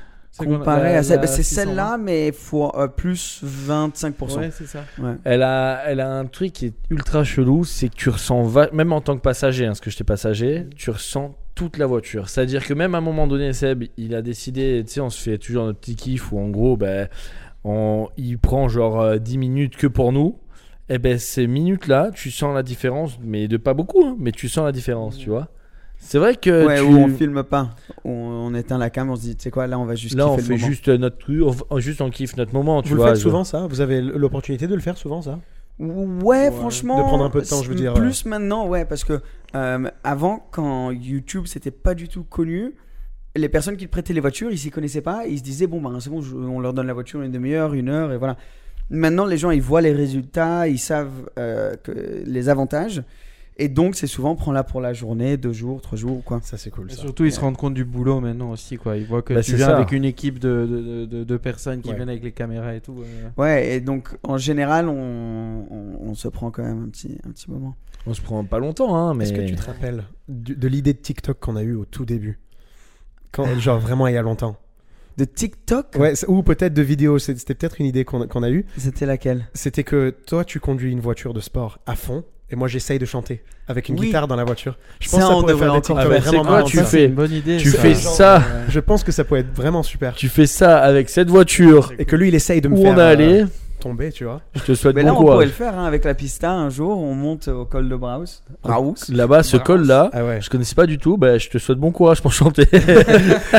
celle qu'on a-
Comparé
la-
à celle,
la
bah, c'est
620.
celle-là, mais fois euh, plus 25%.
Ouais, c'est ça.
Ouais.
Elle a, elle a un truc qui est ultra chelou, c'est que tu ressens, va- même en tant que passager, hein, parce que j'étais passager, tu ressens toute la voiture. C'est-à-dire que même à un moment donné, Seb, il a décidé, tu sais, on se fait toujours notre petit kiff où en gros, ben, on, il prend genre euh, 10 minutes que pour nous. Et ben ces minutes-là, tu sens la différence, mais de pas beaucoup, hein, mais tu sens la différence, tu vois. C'est vrai que
ouais,
Euh, tu-
où on filme pas, où on éteint la cam, on se dit, tu sais quoi, là on va juste.
là,
kiffer
on
le
fait
moment.
juste notre truc, on- juste on kiffe notre moment, tu
Vous le
vois.
faites
je-
souvent ça Vous avez l- l'opportunité de le faire souvent ça
Ouais, franchement.
De prendre un peu de temps, je veux dire.
Plus maintenant, ouais, parce que euh, avant, quand YouTube c'était pas du tout connu, les personnes qui te prêtaient les voitures, ils s'y connaissaient pas, ils se disaient bon ben c'est bon, je- on leur donne la voiture une demi-heure, une heure et voilà. Maintenant, les gens ils voient les résultats, ils savent euh, que les avantages. Et donc, c'est souvent prends-la pour la journée, deux jours, trois jours, quoi.
Ça, c'est cool.
Et surtout, ils se rendent compte du boulot maintenant aussi, quoi. Ils voient que
Bah,
tu
c'est
viens
ça.
avec une équipe de, de, de- de personnes qui
Ouais.
viennent avec les caméras et tout. euh.
Ouais, et donc, en général, on, on- on se prend quand même un petit, un petit moment.
On se prend pas longtemps, hein, mais.
Est-ce que tu te rappelles du- de l'idée de TikTok qu'on a eue au tout début
Ah.
Quand, Genre vraiment il y a longtemps.
De TikTok
Ouais, c'est- ou peut-être de vidéo. c'est- C'était peut-être une idée qu'on qu'on a eue.
C'était laquelle
C'était que toi, tu conduis une voiture de sport à fond. Et moi, j'essaye de chanter avec une
Oui.
guitare dans la voiture. Je
Ça,
pense que ça
on
pourrait
devrait
faire des
encore
TikTok
Ah bah, c'est
vraiment
quoi
marrants,
tu
ça.
fais
une bonne idée,
Tu
ça.
fais
Genre,
ça,
Je pense que ça pourrait être vraiment super.
tu fais ça avec cette voiture
Et que lui, il essaye de me
où
faire
on est
euh,
allé.
tomber, tu vois.
Je te souhaite
Mais
bon
là, on pourrait
courage.
le faire hein, avec la pista un jour. On monte au col de Braus. Braus.
Là-bas, ce col-là,
Ah ouais.
je connaissais pas du tout. Bah, je te souhaite bon courage pour chanter.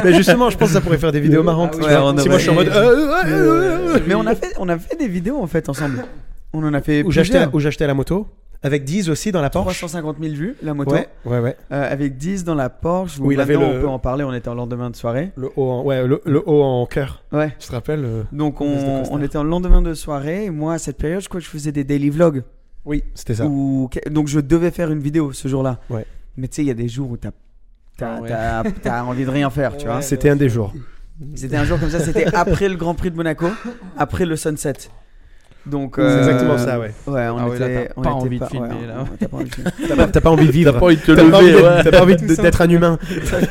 Mais justement, je pense que ça pourrait faire des vidéos marrantes.
Ah
tu
ouais,
vois.
on
si moi, je suis en mode.
devrait-
euh, euh, euh, euh, euh,
Mais on a, fait, on a fait des vidéos en fait ensemble. On en a fait
Où j'achetais
plusieurs.
où j'achetais la moto. Avec 10 aussi dans la Porsche.
350 000 vues, la moto.
Ouais, ouais, ouais.
Euh, avec 10 dans la Porsche.
Où il avait
maintenant,
le-
on peut en parler. On était en lendemain de soirée.
Le haut en, ouais, le, le haut en cœur.
Ouais.
Tu te rappelles euh,
Donc,
Espèce de
on,
costard.
on était en lendemain de soirée. Et moi, à cette période, je crois que je faisais des daily vlogs.
Oui, c'était ça.
Où- Donc, je devais faire une vidéo ce jour-là.
Ouais.
Mais tu sais, il y a des jours où t'as t'as-
Ah ouais.
t'as- t'as envie de rien
[laughs]
faire, tu vois.
Ah, C'était un des jours.
C'était un jour comme ça, c'était après le Grand Prix de Monaco, après le sunset. Donc, euh,
C'est exactement ça, ouais.
Ouais, on
Ah ouais, là,
était,
t'as
on
pas
était
envie de
pas-
filmer,
ouais,
là.
on- t'as pas envie de filmer.
T'as pas, t'as pas envie de vivre.
T'as pas envie de te
euh. T'as pas envie
lever, hein.
de-
ouais.
t'as pas envie
[laughs]
de- d'être un humain.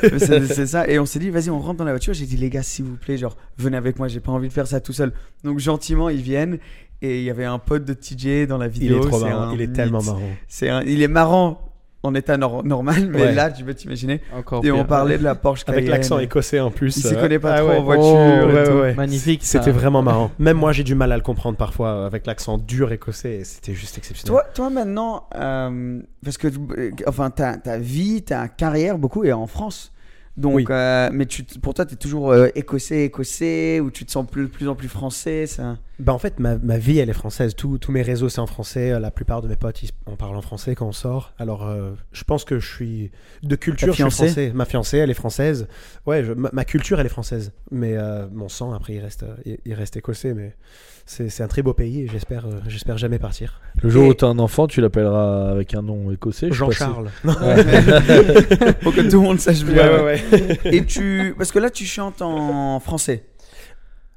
Mais c'est c'est ça. Et on s'est dit, vas-y, on rentre dans la voiture. J'ai dit, les gars, s'il vous plaît, genre, venez avec moi, j'ai pas envie de faire ça tout seul. Donc, gentiment, ils viennent. Et il y avait un pote de TJ dans la
Il
vidéo.
est trop
c'est
marrant.
un
Il est tellement
mythe.
marrant.
C'est un- il est marrant en état nor- normal, mais
Ouais.
là, tu peux t'imaginer.
Encore
Et on
pire.
parlait de la Porsche
Avec l'accent
Cayenne.
écossais en plus.
Il s'y
euh,
connaît pas
ah
trop
ouais.
en voiture. et
Ouais,
tout.
ouais, ouais.
Magnifique. ça.
C'était vraiment marrant. Même moi, j'ai du mal à le comprendre parfois euh, avec l'accent dur écossais. et C'était juste exceptionnel.
Toi, toi maintenant, euh, parce que euh, enfin, ta, ta vie, ta carrière, beaucoup est en France. Donc,
Oui.
euh, mais tu, t- pour toi, tu es toujours euh, écossais, écossais, ou tu te sens plus, de plus en plus français. Ça.
Bah en fait, ma, ma vie, elle est française. Tous- tous mes réseaux, c'est en français. Euh, La plupart de mes potes, ils en parlent en français quand on sort. Alors, euh, je pense que je suis de culture,
Ta
je suis
fiancée
français. Ma fiancée, elle est française. Ouais, je- ma, ma culture, elle est française. Mais euh, mon sang, après, il reste, euh, il, il reste écossais. Mais c'est c'est un très beau pays et j'espère, euh, j'espère jamais partir.
Le jour où t'as un enfant, tu l'appelleras avec un nom écossais. je sais pas si-
Jean-Charles.
[laughs] Pour que tout le monde sache bien.
Ouais, ouais, ouais.
Et tu, parce que là, tu chantes en français.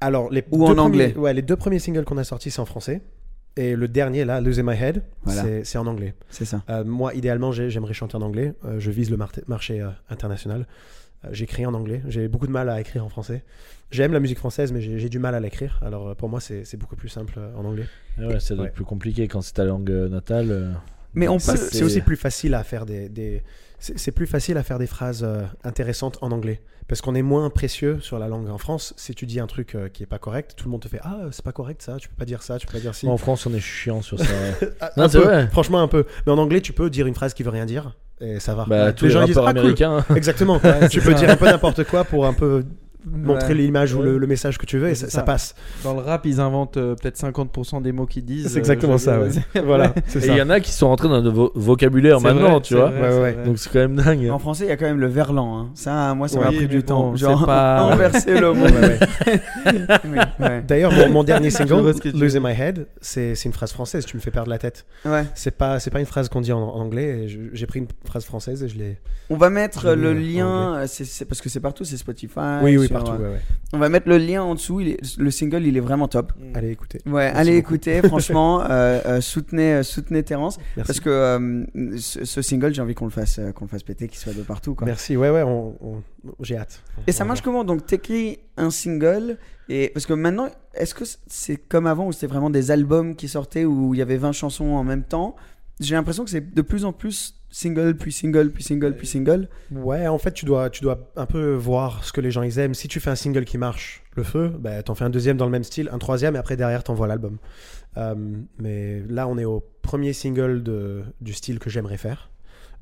Alors, les
Ou
deux
en anglais.
premiers- ouais, les deux premiers singles qu'on a sortis, c'est en français. Et le dernier, là, Losing My Head,
Voilà.
c'est- c'est en anglais.
C'est ça.
Euh, moi, idéalement, j'ai- j'aimerais chanter en anglais. Euh, je vise le mar- marché euh, international. Euh, J'écris en anglais. J'ai beaucoup de mal à écrire en français. J'aime la musique française, mais j'ai j'ai du mal à l'écrire. Alors euh, pour moi, c'est c'est beaucoup plus simple euh, en anglais.
Ah ouais, ça doit être
Ouais.
plus compliqué quand c'est ta langue euh, natale. euh.
Mais on
Ça,
peut.
C'est aussi plus facile à faire des, des- c'est c'est plus facile à faire des phrases euh, intéressantes en anglais parce qu'on est moins précieux sur la langue en France. Si tu dis un truc euh, qui est pas correct, tout le monde te fait ah c'est pas correct ça. Tu peux pas dire ça. Tu peux pas dire si.
En France, on est chiant
[laughs]
sur ça.
Ah,
Non,
un
c'est
peu.
vrai.
Franchement un peu. Mais en anglais, tu peux dire une phrase qui veut rien dire et ça va.
bah,
Ouais.
tous les,
ils disent,
rappeurs
Ah, cool.
américains.
Exactement. tu peux dire un peu n'importe quoi pour un peu montrer l'image ou le, le message que tu veux et
Ouais,
ça,
c'est
ça
ça.
passe.
Dans le rap, ils inventent euh, peut-être 50% des mots qu'ils disent. euh,
C'est exactement
je- [laughs]
ça, ouais. [laughs]
c'est-
Voilà,
[laughs]
c'est
Et il y en a qui sont rentrés dans notre vo- vocabulaire
c'est
maintenant,
vrai,
tu
c'est
vois.
vrai,
Ouais,
c'est
ouais.
vrai.
Donc c'est quand même dingue.
En français, il y a quand même le verlan. hein. Ça, moi, ça m'a
Oui,
pris
mais
du
bon,
temps. [laughs]
c'est
Genre,
pas-
inverser le mot.
Ouais, ouais.
[laughs] Oui, ouais.
D'ailleurs, mon, mon dernier
Je
single,
vois ce que tu
Losing My Head, c'est c'est une phrase française. Tu me fais perdre la tête.
Ouais.
C'est pas c'est pas une phrase qu'on dit en, en anglais. et je- J'ai pris une phrase française et je l'ai.
On va mettre
Oui,
le
en
lien, euh, c'est- c'est- parce que c'est partout, c'est Spotify.
oui oui
sur,
partout.
euh,
ouais, ouais.
On va mettre le lien en dessous. il est- le single, il est vraiment top.
Allez écoutez.
Ouais,
Merci
allez
beaucoup.
écouter.
[laughs]
Franchement, euh, euh, soutenez, euh, soutenez Terence
Merci.
parce que euh, ce, ce single, j'ai envie qu'on le fasse, euh, qu'on le fasse péter, qu'il soit de partout. Quoi.
Merci. Ouais ouais. on- on- J'ai hâte.
Et ça
On va
marche
voir.
comment Donc, t'écris un single et parce que maintenant, est-ce que c'est comme avant où c'était vraiment des albums qui sortaient où il y avait 20 chansons en même temps j'ai l'impression que c'est de plus en plus single, puis single, puis single, puis single.
Ouais, en fait, tu dois, tu dois un peu voir ce que les gens ils aiment. Si tu fais un single qui marche, le feu, bah, t'en fais un deuxième dans le même style, un troisième, et après derrière, t'envoies l'album. Euh, mais là, on est au premier single de, du style que j'aimerais faire.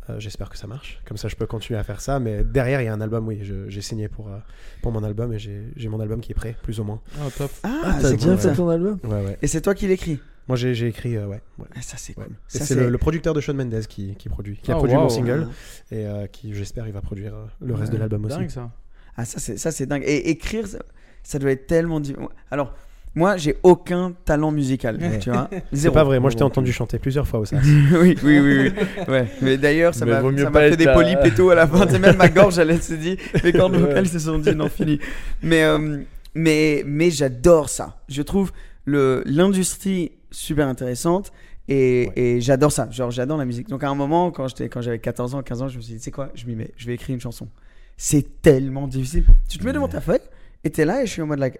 Euh, J'espère que ça marche. Comme ça, je peux continuer à faire ça. Mais derrière, il y a un album, oui, je- j'ai signé pour, euh, pour mon album et j'ai j'ai mon album qui est prêt, plus ou moins.
Ah, top.
Ah, c'est cool, ça.
Ouais, ouais.
Et c'est toi qui l'écris
Moi, j'ai j'ai écrit, euh, ouais. ouais.
Ah, Ça, c'est
Ouais.
cool.
Et
Ça,
C'est Oh, le, le producteur de Sean Mendes qui, qui produit, qui a
Ah,
produit
waouh.
mon single et euh, qui, j'espère, il va produire euh, le reste de l'album aussi.
Dingue ça.
Ah, ça, c'est, ça, c'est dingue. Et écrire, ça, ça doit être tellement. div- Alors, moi, j'ai aucun talent musical,
Ouais.
tu vois.
[laughs] C'est
Zéro.
pas vrai, moi je t'ai entendu chanter plusieurs fois au SAS.
[laughs] oui, oui, oui, oui. Ouais. Mais d'ailleurs, ça
Mais
m'a
vaut mieux
ça m'a
pas
fait
être
des
à-
polypes et tout à la fin. C'est même ma gorge, elle
[laughs]
s'est dit, mes cordes
Ouais.
vocales se sont dit non, fini. Mais, euh, mais, mais j'adore ça. Je trouve le, l'industrie super intéressante. Et, et j'adore ça, genre j'adore la musique. Donc à un moment, quand, j'étais, quand j'avais 14 ans, 15 ans, je me suis dit, tu sais quoi, je m'y mets, je vais écrire une chanson. C'est tellement difficile. Tu te mets devant ta feuille et t'es là et je suis en mode, like,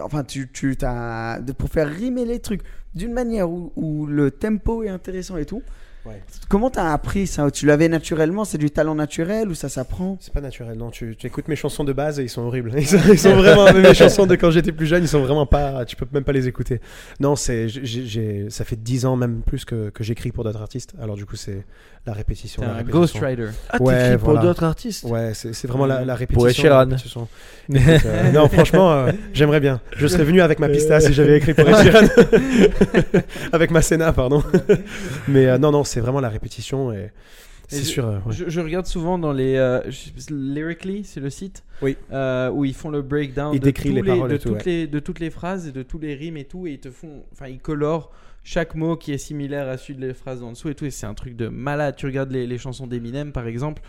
enfin, tu, tu t'as, de- pour faire rimer les trucs d'une manière où, où le tempo est intéressant et tout, Comment t'as appris ça Tu l'avais naturellement C'est du talent naturel ou ça s'apprend
C'est pas naturel, non. Tu, tu écoutes mes chansons de base et ils sont horribles. [laughs] Ils sont, ils sont vraiment mes chansons de quand j'étais plus jeune. Ils sont vraiment pas. Tu peux même pas les écouter. Non, c'est. j'ai- j'ai- Ça fait 10 ans même plus que, que j'écris pour d'autres artistes. Alors du coup, c'est la répétition.
T'es
la
un
répétition.
ghostwriter.
Ah,
Ouais,
t'écris pour
voilà.
d'autres artistes
Ouais, c'est c'est vraiment la, la répétition.
Pour Ed Sheeran.
la répétition. Écoute,
[laughs]
euh, non, franchement, euh, j'aimerais bien. Je serais venu avec ma pista si j'avais écrit pour Ed Sheeran. [laughs] avec ma Senna, pardon. [laughs] Mais euh, non, non, c'est vraiment la répétition et
Et
c'est
je-
sûr. euh, ouais.
Je, je regarde souvent dans les euh, je- Lyrically, c'est le site
Oui.
euh, où ils font le breakdown
Ils
de,
décrivent
tous
les paroles
de
et tout,
toutes les de toutes les phrases et de tous les rimes et tout et ils te font enfin ils colorent chaque mot qui est similaire à celui de les phrases en dessous et tout et c'est un truc de malade. Tu regardes les, les chansons d'Eminem par exemple,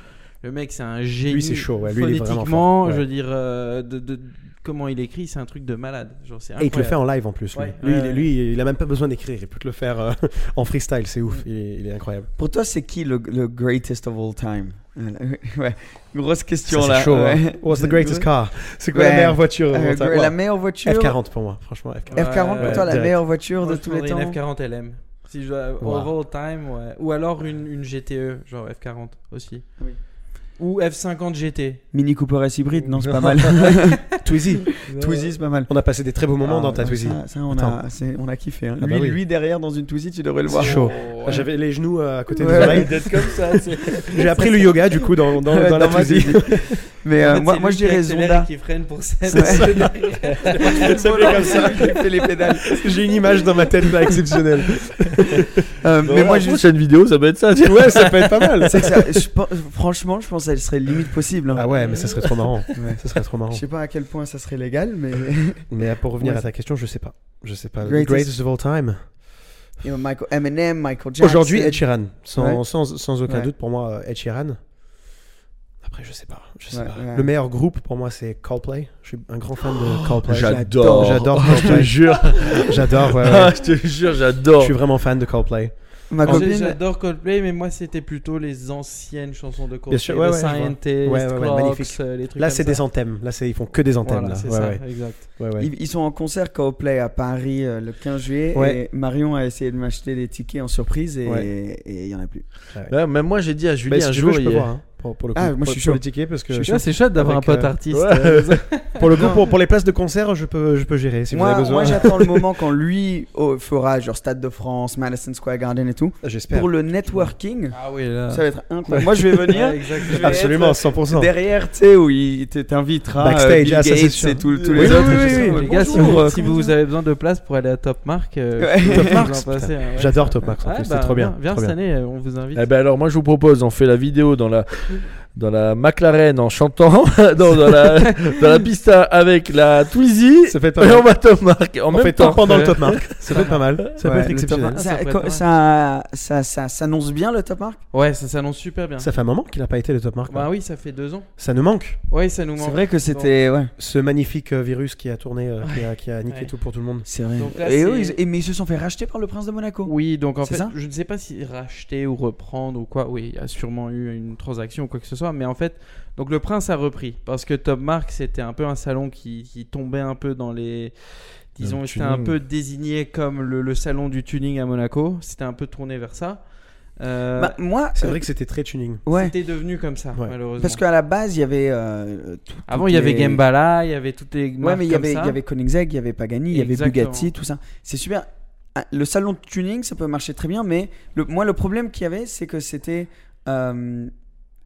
le mec c'est un génie
Lui, c'est chaud, ouais. Lui, il est vraiment
phonétiquement,
fort, ouais.
je veux dire euh, de, de- comment il écrit, c'est un truc de malade. Genre c'est
Et il te le fait
incroyable.
en live en plus. lui.
Ouais.
Lui,
Ouais,
il-
ouais. Mm.
lui, il a même pas besoin d'écrire. Il peut te le faire euh, [laughs] en freestyle. C'est ouf. Il est, il est incroyable.
Pour toi, c'est qui le, le greatest of all time [laughs] Ouais, grosse
Ça,
question
c'est
là.
chaud, hein.
ouais.
What's the greatest car C'est quoi
Ouais.
la meilleure voiture
Euh,
au monde, ça
La
Wow.
meilleure voiture
F40 pour moi, franchement. F40.
F40 pour toi,
Ouais,
la
direct.
meilleure voiture
Moi,
de
je
tous les temps
prendrais Une F40 LM. Si je dois,
Wow.
over time, ouais. Ou alors une, une GTE, genre F40 aussi.
Oui.
Ou F50 GT.
Mini Cooper S hybride, non, c'est
[laughs]
pas mal. [laughs]
Twizy.
Twizy, c'est pas mal.
On a passé des très beaux moments
Ah,
dans ta
ouais,
Twizy.
Ça, ça, on,
Attends.
a, c'est- on a kiffé. hein.
Ah bah
lui,
oui.
lui, derrière dans une Twizy, tu devrais
[laughs]
le
C'est
voir.
chaud. J'avais les genoux euh, à côté
Ouais.
des
[laughs]
oreilles.
D'être comme
[laughs]
ça, c'est-
J'ai appris le yoga du coup dans, dans,
Ouais,
dans la
[laughs] dans ma
Twizy.
Mais
En
euh,
fait,
moi,
c'est
moi
lui
je
qui
dirais
accélère et
Zonda.
qui freine pour ça.
C'est vrai.
Ça fait comme [laughs] ça.
Il fait les pédales.
J'ai une image dans ma tête là exceptionnelle.
Euh,
Bah
mais
ouais,
moi,
en
je,
prochaine vidéo, ça peut être ça. tu vois.
Ouais, ça peut être pas
[laughs]
mal.
c'est que ça- je pense- franchement, je pense qu'elle serait limite possible. hein.
Ah ouais, mais ça serait trop marrant.
Ouais.
Ça serait trop marrant.
Je sais pas à quel point ça serait légal, mais [laughs]
Mais pour revenir
Ouais.
à ta question, je sais pas. Je sais pas.
Greatest-
Greatest of all time.
You know, Michael, Eminem, Michael Jackson.
Aujourd'hui, Ed Sheeran, sans,
Ouais.
sans, sans aucun
Ouais.
doute, pour moi, euh, Ed Sheeran. Après, je sais pas. Je sais
Ouais,
pas.
ouais.
Le meilleur groupe pour moi, c'est Coldplay. Je suis un grand fan de Coldplay.
J'adore.
J'adore
Oh, [laughs] je te
Coldplay.
jure.
J'adore, [laughs]
[laughs]
ouais, ouais.
Ah, je te jure,
Je
j'adore.
suis vraiment fan de Coldplay.
Ma
J'ai-
copine.
J'adore Coldplay, mais moi c'était plutôt les anciennes chansons de Coldplay.
Bien sûr, ouais,
le
ouais, je vois.
Scientist,
Ouais, ouais, ouais,
Clocks,
magnifique.
euh, les trucs
Là,
comme
c'est
ça.
des anthèmes. Là, c'est- ils font que des anthèmes.
Voilà, c'est
là.
ça,
Ouais,
exact.
ouais. Ouais, ouais.
Ils ils sont en concert Coldplay à Paris euh, le 15 juillet.
Ouais.
Et Marion a essayé de m'acheter des tickets en surprise et
Ouais.
et il y en a plus.
Ouais, même moi, j'ai dit à Julie
Bah, si
un
tu
jour.
veux, je peux
il-
voir. hein, pour, pour le coup,
Ah, moi, je
Pour-
suis
pour
chaud.
les tickets, parce que
Je suis
Tu vois, C'est chouette d'avoir un
Avec,
pote
euh,
artiste.
ouais.
euh,
[laughs] pour le coup, pour, pour les places de concert, je peux, je peux gérer si vous
moi,
avez besoin.
moi,
[laughs]
j'attends le moment quand lui oh, fera genre Stade de France, Madison Square Garden et tout.
J'espère.
Pour le networking,
Ah oui, là.
ça va être incroyable. Moi, je vais
[laughs]
venir.
Ouais, exact.
je vais
Absolument,
être
100%.
Derrière, tu sais, où il t- t'invitera. euh,
Backstage,
Bill
ah, ça, c'est
Gates
sûr.
et tout- tous
Oui,
les
oui,
autres.
oui,
et tout
oui,
ça.
oui,
Ouais,
Les gars, si
bonjour,
vous, si
comment
vous
ça va
avez besoin de place pour aller à Top Mark,
[laughs]
euh,
Ouais.
vous
Top
en
Marks,
passez, hein, ouais.
J'adore Top Mark,
Ouais,
franchement,
bah,
c'est trop bien.
Viens, viens
trop
cette
bien.
année, euh, on vous
hein.
invite.
Eh ben alors moi je vous propose, on fait la vidéo dans la dans la McLaren en chantant, [laughs] non, dans la
[laughs]
dans la pista avec la Twizy
Ça peut être pas
et on
mal.
va Top Mark en
On
même
fait
temps.
top pendant le top mark. Ça peut être pas mal. Ça peut
Ouais,
être
le
exceptionnel.
top-
Ça
Ça,
pourrait
co-
être
ça, ça, ça s'annonce bien le top mark
Ouais, ça s'annonce super bien.
ben, Ça fait un moment qu'il n'a pas été le top mark.
Bah oui, ça fait deux ans.
Ça nous manque.
Ouais, ça nous manque.
C'est vrai que c'était. Ouais,
ce magnifique euh, virus qui a tourné, euh, qui, a, qui a niqué
Ouais.
tout pour tout le monde.
c'est vrai.
Donc là,
et eux,
c'est-
ils, et- mais ils se sont fait racheter par le prince de Monaco.
Oui, donc en
C'est
fait,
ça
je ne sais pas si racheter ou reprendre ou quoi. Oui, il y a sûrement eu une transaction ou quoi que ce soit, mais en fait, donc le prince a repris parce que Top Mark c'était un peu un salon qui, qui tombait un peu dans les.
Dans
Disons,
le
c'était un
tuning.
peu désigné comme le, le salon du tuning à Monaco. C'était un peu tourné vers ça. Euh,
Bah, moi,
C'est vrai que c'était très tuning.
Ouais.
C'était devenu comme ça, malheureusement.
Parce qu'à la base, il y avait. euh, tout-
Avant,
toutes
il y avait
les-
Gembala, il y avait toutes les
Ouais,
marques
mais il y
comme
avait,
ça.
il y avait Koenigsegg, il y avait Pagani, il y avait
Exactement.
Bugatti, tout ça. C'est super. Ah, Le salon de tuning, ça peut marcher très bien, mais le, moi, le problème qu'il y avait, c'est que c'était. euh,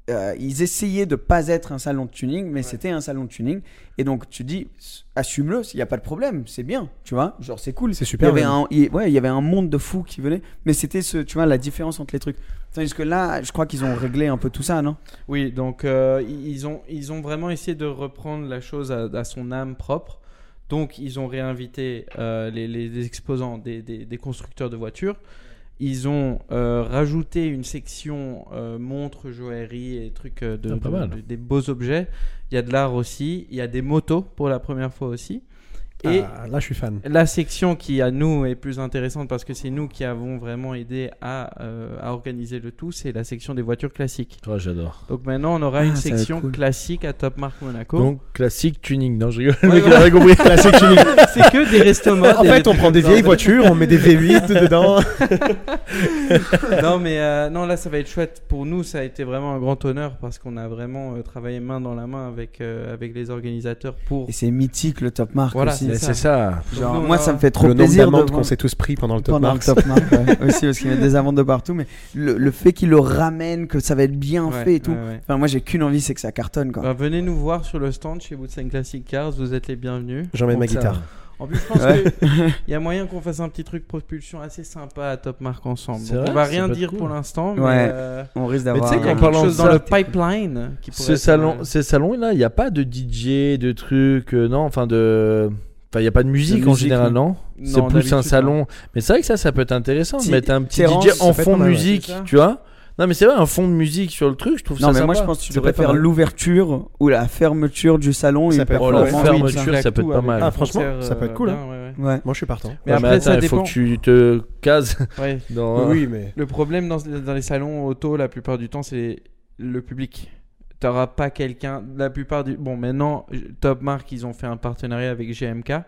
euh, ils essayaient de pas être un salon de tuning, mais c'était un salon de tuning. Et donc, tu dis, assume-le, il n'y a pas de problème, c'est bien, tu vois. Genre, c'est cool.
C'est super,
Il y, avait
même.
un, il- ouais, il y avait un monde de fous qui venait, mais c'était, ce, tu vois, la différence entre les trucs. Tandis que là, je crois qu'ils ont réglé un peu tout ça, non
Oui, donc euh, i- ils, ont, ils ont vraiment essayé de reprendre la chose à, à son âme propre. Donc ils ont réinvité euh, les, les- les exposants des, des- des constructeurs de voitures. Ils ont euh, rajouté une section euh, montres, joaillerie et trucs euh, de,
Ah, pas
de-
mal.
de- des beaux objets. Il y a de l'art aussi. Il y a des motos pour la première fois aussi. Et
Ah, là, je suis fan.
la section qui à nous est plus intéressante parce que c'est nous qui avons vraiment aidé à, euh, à organiser le tout, c'est la section des voitures classiques.
Toi, Oh, j'adore.
Donc maintenant on aura
Ah,
une
ça va être
section
cool.
classique à Top Mark Monaco.
Donc, classique tuning. Non, je rigole. [laughs]
Ouais,
mais
voilà.
j'avais compris.
Classique
[laughs]
tuning.
[laughs] c'est que des restos modes
En
et
fait,
des
on
trucs
prend des
dans-
vieilles voitures, on met des V8 dedans.
non mais euh, non là ça va être chouette pour nous, ça a été vraiment un grand honneur parce qu'on a vraiment euh, travaillé main dans la main avec euh, avec les organisateurs pour
Et c'est mythique, le top marque
Voilà,
aussi.
Mais C'est ça.
Donc,
Genre,
nous, hein. on
moi,
a-
ça me fait trop
Le nombre
plaisir. de
d'amendes
voir-
qu'on s'est tous pris pendant le top
Pendant le
marks.
top marque, [laughs] ouais. aussi parce qu'il y a des amendes de partout mais le, le fait qu'ils le ramènent que ça va être bien
Ouais,
fait et tout
ouais, ouais.
enfin moi j'ai qu'une envie c'est que ça cartonne quoi
Bah, venez nous voir sur le stand chez Woodsen Classic Cars, vous êtes les bienvenus.
J'emmène ma
Donc, ça-
guitare.
En plus, je pense
Ouais.
qu'il y a moyen qu'on fasse un petit truc propulsion assez sympa à Top Mark ensemble.
C'est
Donc,
vrai,
on va
ça
rien
peut être
dire
cool.
pour l'instant, mais
Ouais.
euh,
on risque
mais tu
d'avoir
sais
Ouais.
qu'il y a
En
quelque
parlant
chose
de
dans
ça,
le pipeline qui pourrait
Ce
être- euh,
salon, ces salons là, il n'y a pas de DJ, de trucs, euh, non, enfin de, enfin il n'y a pas de musique, en
musique,
général, non.
Non,
C'est plus
d'habitude,
un
non.
salon. Mais c'est vrai que ça, ça peut être intéressant de
Si-
mettre un petit
Terrence,
DJ
ça
en
peut être
fond
pas mal, ouais.
musique,
C'est ça.
tu vois. Non, mais c'est vrai, un fond de musique sur le truc, je trouve ça
non mais
sympa.
moi je pense que tu
Ça
devrais
peut être
faire
pas mal.
l'ouverture ou la fermeture du salon et
Ça
une
peut être-
Oh, la
performance.
Ah oui,
fermeture, ça peut être
tout
pas
avec
mal.
un
Ah, franchement,
concert,
ça peut être
euh,
cool,
bien,
hein.
ouais,
Ouais.
Moi, je suis partant.
Ah,
Mais
Ouais,
après,
attends,
ça
il faut
dépend.
que tu te cases
ouais. Ouais.
dans.
Oui, mais.
Le problème dans, dans les salons auto, la plupart du temps, c'est le public. T'auras pas quelqu'un. La plupart du. Bon, maintenant, Top Mark, ils ont fait un partenariat avec GMK.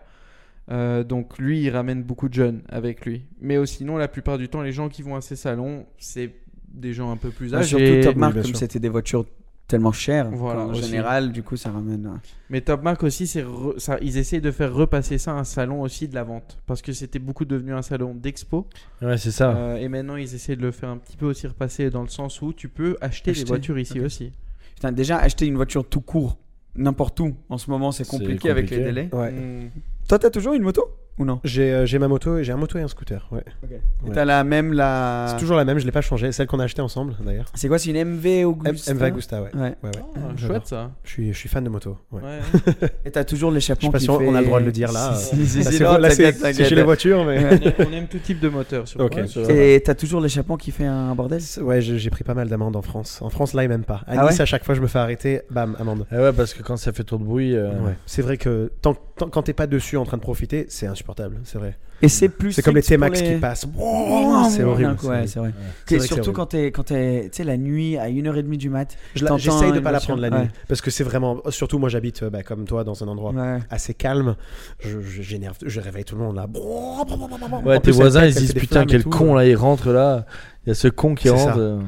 Euh, donc lui, il ramène beaucoup de jeunes avec lui. Mais euh, sinon, la plupart du temps, les gens qui vont à ces salons, c'est des gens un peu plus
Ouais,
âgés.
surtout top
Oui,
marque
bien
comme
sûr.
c'était des voitures tellement chères
Voilà,
en
aussi.
général du coup ça ramène euh. ouais.
Mais Top Mark aussi, c'est re- ça, ils essayent de faire repasser ça à un salon aussi de la vente. Parce que c'était beaucoup devenu un salon d'expo.
Ouais, c'est ça.
Euh, et maintenant, ils essaient de le faire un petit peu aussi repasser dans le sens où tu peux acheter,
Acheter,
des voitures ici
ok.
aussi.
Putain, déjà acheter une voiture tout court n'importe où en ce moment c'est
C'est
compliqué, avec les
compliqué.
délais
Ouais.
Mm.
toi t'as toujours une moto ou non
J'ai euh, j'ai ma moto et j'ai un moto et un scooter. Ouais.
Et
Ouais.
t'as la même
C'est
la
toujours la même, je l'ai pas changée. Celle qu'on a achetée ensemble, d'ailleurs.
c'est quoi c'est une MV
M-
Augusta
MV Agusta, ouais.
ouais
Ouais, ouais.
Ah,
J'adore.
chouette ça.
Je suis, je suis fan de moto. Ouais.
Ouais.
et t'as toujours
Je
l'échappement
sais pas
qui
si on,
fait-
on a le droit de le dire là.
Si,
[laughs]
si, si,
Là,
si,
c'est-
non,
là, c'est
t'inquiète,
c'est chez
t'inquiète.
les voitures,
[laughs]
mais.
on, aime, on aime tout type de moteur. Sur
Ok.
ouais, sur-
Et t'as toujours l'échappement qui fait un bordel
Ouais, j'ai j'ai pris pas mal d'amendes en France. En France, là, et même pas. À
Ah
Nice,
ouais
à chaque fois, je me fais arrêter, bam, amende.
Eh ouais, parce que quand ça fait trop de bruit. euh,
Ouais. C'est vrai que tant, tant- quand t'es pas dessus en train de profiter, c'est insupportable, c'est vrai.
Et c'est plus.
C'est comme les
strict pour
T-Max qui passent.
Oh,
C'est horrible. c'est
Ouais,
horrible.
c'est vrai.
C'est
Et
vrai que
surtout
c'est
quand t'es, quand t'es, tu sais, la nuit à 1h30 du mat.
Je la-
t'entends
J'essaye de
une
pas la
voiture.
prendre la nuit. Parce que c'est vraiment. Surtout, moi, j'habite, euh, bah, comme toi, dans un endroit
Ouais.
assez calme. Je, je- j'énerve, je réveille tout le monde là. En
Ouais, tes
plus, elle
voisins
pète,
ils se
elle
disent
fait des
putain
flammes et
quel
tout.
con là, il rentre là. Il y a ce con qui
C'est
rentre.
ça.
euh.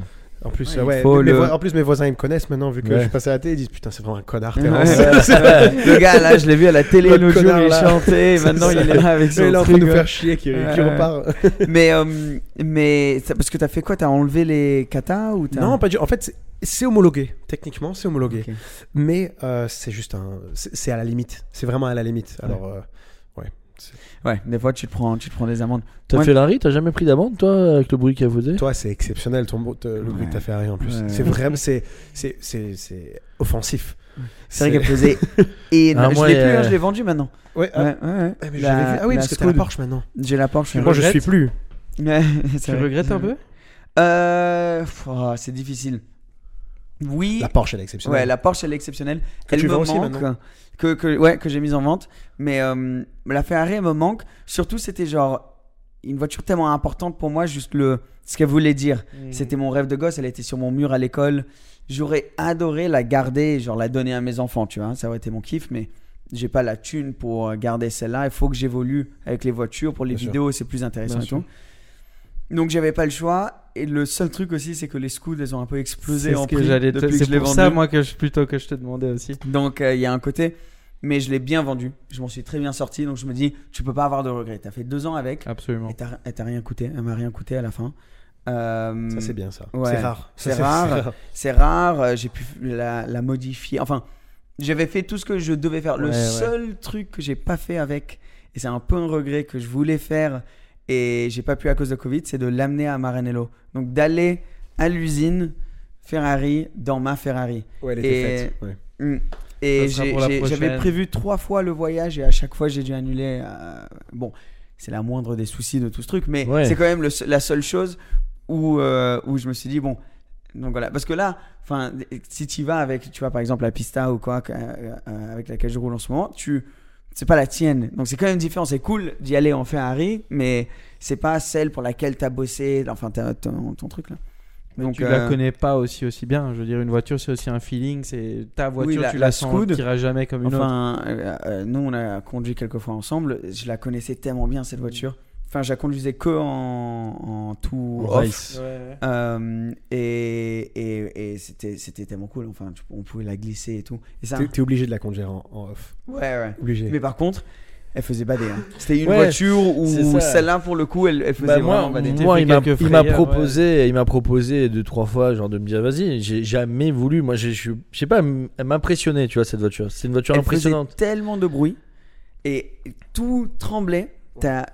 En plus,
Ouais,
euh,
il
ouais,
faut
mes,
le-
voi- en plus mes voisins ils me connaissent maintenant vu que
Ouais.
je suis passé à la télé, ils disent putain c'est vraiment un connard.
Ouais.
Terence. [laughs]
le gars là, je l'ai vu à la télé
Le
l'autre jour,
connard,
il
là.
chantait, et maintenant
[laughs] C'est
il est
ça.
là avec son
Il est en train
truc.
de nous
ouais.
faire chier qui, qui
Ouais, ouais.
repart.
[laughs] Mais, euh, mais ça- parce que t'as fait quoi T'as enlevé les katas ou t'as...
Non, pas du. En fait, c'est- c'est homologué. Techniquement, c'est homologué.
Ok.
Mais euh, c'est juste un. C'est c'est à la limite. C'est vraiment à la limite. Alors, euh,
Ouais, des fois tu te prends, tu te prends des amendes.
T'as
Ouais.
fait Larry, t'as jamais pris d'amende toi avec le bruit qu'il a faisait
toi, c'est exceptionnel ton, bro- te- le bruit que t'as fait à rien en plus.
Ouais.
C'est vraiment. C'est c'est- c'est- c'est offensif.
C'est vrai qu'elle faisait.
[laughs]
Et
Ah,
je
moi,
l'ai plus,
euh,
hein, je l'ai vendu maintenant.
Ouais, ah,
Ouais, ouais, ouais.
ah, mais je
La-
l'avais vu. Ah oui,
la
parce que t'as la
Skoda.
Porsche maintenant.
J'ai la Porsche.
Moi, je
regrettes
suis plus.
Ouais, [laughs] c'est
Tu
vrai.
regrettes un peu
Euh, pff, oh, c'est difficile. Oui.
La Porsche, elle est
ouais,
exceptionnelle.
la Porsche elle est exceptionnelle.
Que
elle
tu
me
vends aussi
manque.
maintenant.
que, que ouais que j'ai mise en vente. Mais euh, la Ferrari elle me manque. Surtout c'était genre une voiture tellement importante pour moi juste le ce qu'elle voulait dire.
Hmm. Mm.
C'était mon rêve de gosse. Elle était sur mon mur à l'école. J'aurais adoré la garder, genre la donner à mes enfants, tu vois. Ça aurait été mon kiff, mais j'ai pas la thune pour euh, garder celle-là. Il faut que j'évolue avec les voitures pour les
Bien sûr.
vidéos, c'est plus intéressant
Bien
et tout. Donc j'avais pas le choix. Et le seul truc aussi, c'est que les scouts, elles ont un peu explosé
C'est
en
ce que
prix
j'allais te-
depuis que
c'est
je les
pour ça,
vendus.
moi, que je, plutôt que je te demandais aussi.
Donc euh, il y a un côté, mais je l'ai bien vendu. Je m'en suis très bien sorti, donc je me dis, tu peux pas avoir de regrets. T'as fait deux ans avec.
Absolument.
Et t'as- elle t'a rien coûté. Elle m'a rien coûté à la fin. Euh,
Ça, c'est bien, ça.
ouais.
C'est rare.
C'est
Ça, c'est- c'est
rare.
rare.
C'est rare. euh, J'ai pu la, la modifier. Enfin, j'avais fait tout ce que je devais faire. Le
Ouais, ouais.
seul truc que j'ai pas fait avec, et c'est un peu un regret que je voulais faire et j'ai pas pu à cause de Covid, c'est de l'amener à Maranello. Donc d'aller à l'usine Ferrari dans ma Ferrari.
[laughs] Ouais, elle était
Et-
faite, ouais.
Mm. Et
Ça sera
j'ai-
pour la
j'ai- j'avais
prochaine.
prévu trois fois le voyage et à chaque fois j'ai dû annuler. euh, Bon, c'est la moindre des soucis de tout ce truc, mais
Ouais.
c'est quand même le se- la seule chose où, euh, où je me suis dit, bon, donc voilà. Parce que là, enfin, si tu vas avec, tu vois, par exemple, la pista ou quoi, que- euh, euh, avec laquelle je roule en ce moment, tu. C'est pas la tienne. Donc c'est quand même différent. C'est cool d'y aller en Ferrari, mais c'est pas celle pour laquelle t'as bossé, enfin, t'as- ton, ton truc là. Donc,
tu
euh,
la connais pas aussi aussi bien. Je veux dire, une voiture, c'est aussi un feeling. C'est ta voiture,
la-
tu
la
la, sens,
Scoot.
tu jamais comme une autre.
Enfin, euh, euh, nous, on a conduit quelques fois ensemble. Je la connaissais tellement bien, cette voiture. Enfin, je la conduisais que en, en tout
En
off.
race.
Euh, et et, et c'était, c'était tellement cool. Enfin, tu- on pouvait la glisser et tout. Et ça,
T'es- T'es obligé de la conduire en, en off.
ouais, ouais.
Obligé.
Mais par contre, elle faisait bader. hein. C'était une
Ouais,
voiture
c'est ça.
où celle-là, pour le coup, elle, elle faisait
Bah,
vraiment
moi,
bader.
moi,
T'as
il
fait
m'a
quelques
il m'a
frayeurs,
proposé, il m'a proposé deux trois fois, genre de me dire vas-y, j'ai jamais voulu. Moi, j'ai- je suis- je sais pas, m- elle m'impressionnait, tu vois cette voiture. C'est une voiture
elle
impressionnante.
faisait tellement de bruit et tout tremblait. T'as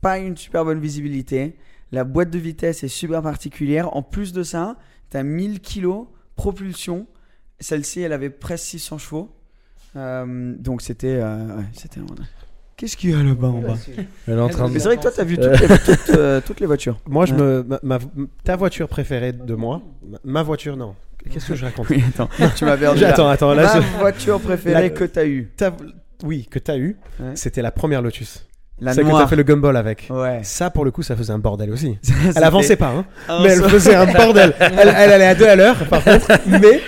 pas une super bonne visibilité. La boîte de vitesse est super particulière. En plus de ça, t'as 1000 kilos propulsion. Celle-ci, elle avait presque 600 chevaux. Euh, donc c'était, euh, ouais, c'était. Qu'est-ce qu'il y a là-bas en bas
Elle est en train de.
Mais c'est vrai que toi, t'as vu toutes
Euh.
les, toutes, euh, toutes les voitures.
Moi, je
Ouais.
me, ma- ma- ta voiture préférée de moi, ma, ma voiture, non. Qu'est-ce que je raconte [laughs]
Oui, attends. tu m'avais perdu.
Attends, attends, là,
La
je-
voiture préférée
La-
que t'as eue.
Ta- Oui, que t'as eu,
Ouais.
c'était la première Lotus.
La
Celle que t'as
noire.
fait le gumball avec.
Ouais.
Ça, pour le coup, ça faisait un bordel aussi.
C'était
Elle avançait pas, hein,
un
mais elle
saut. Ah
faisait un bordel. Elle, elle allait à deux à l'heure, par
[laughs]
contre, mais.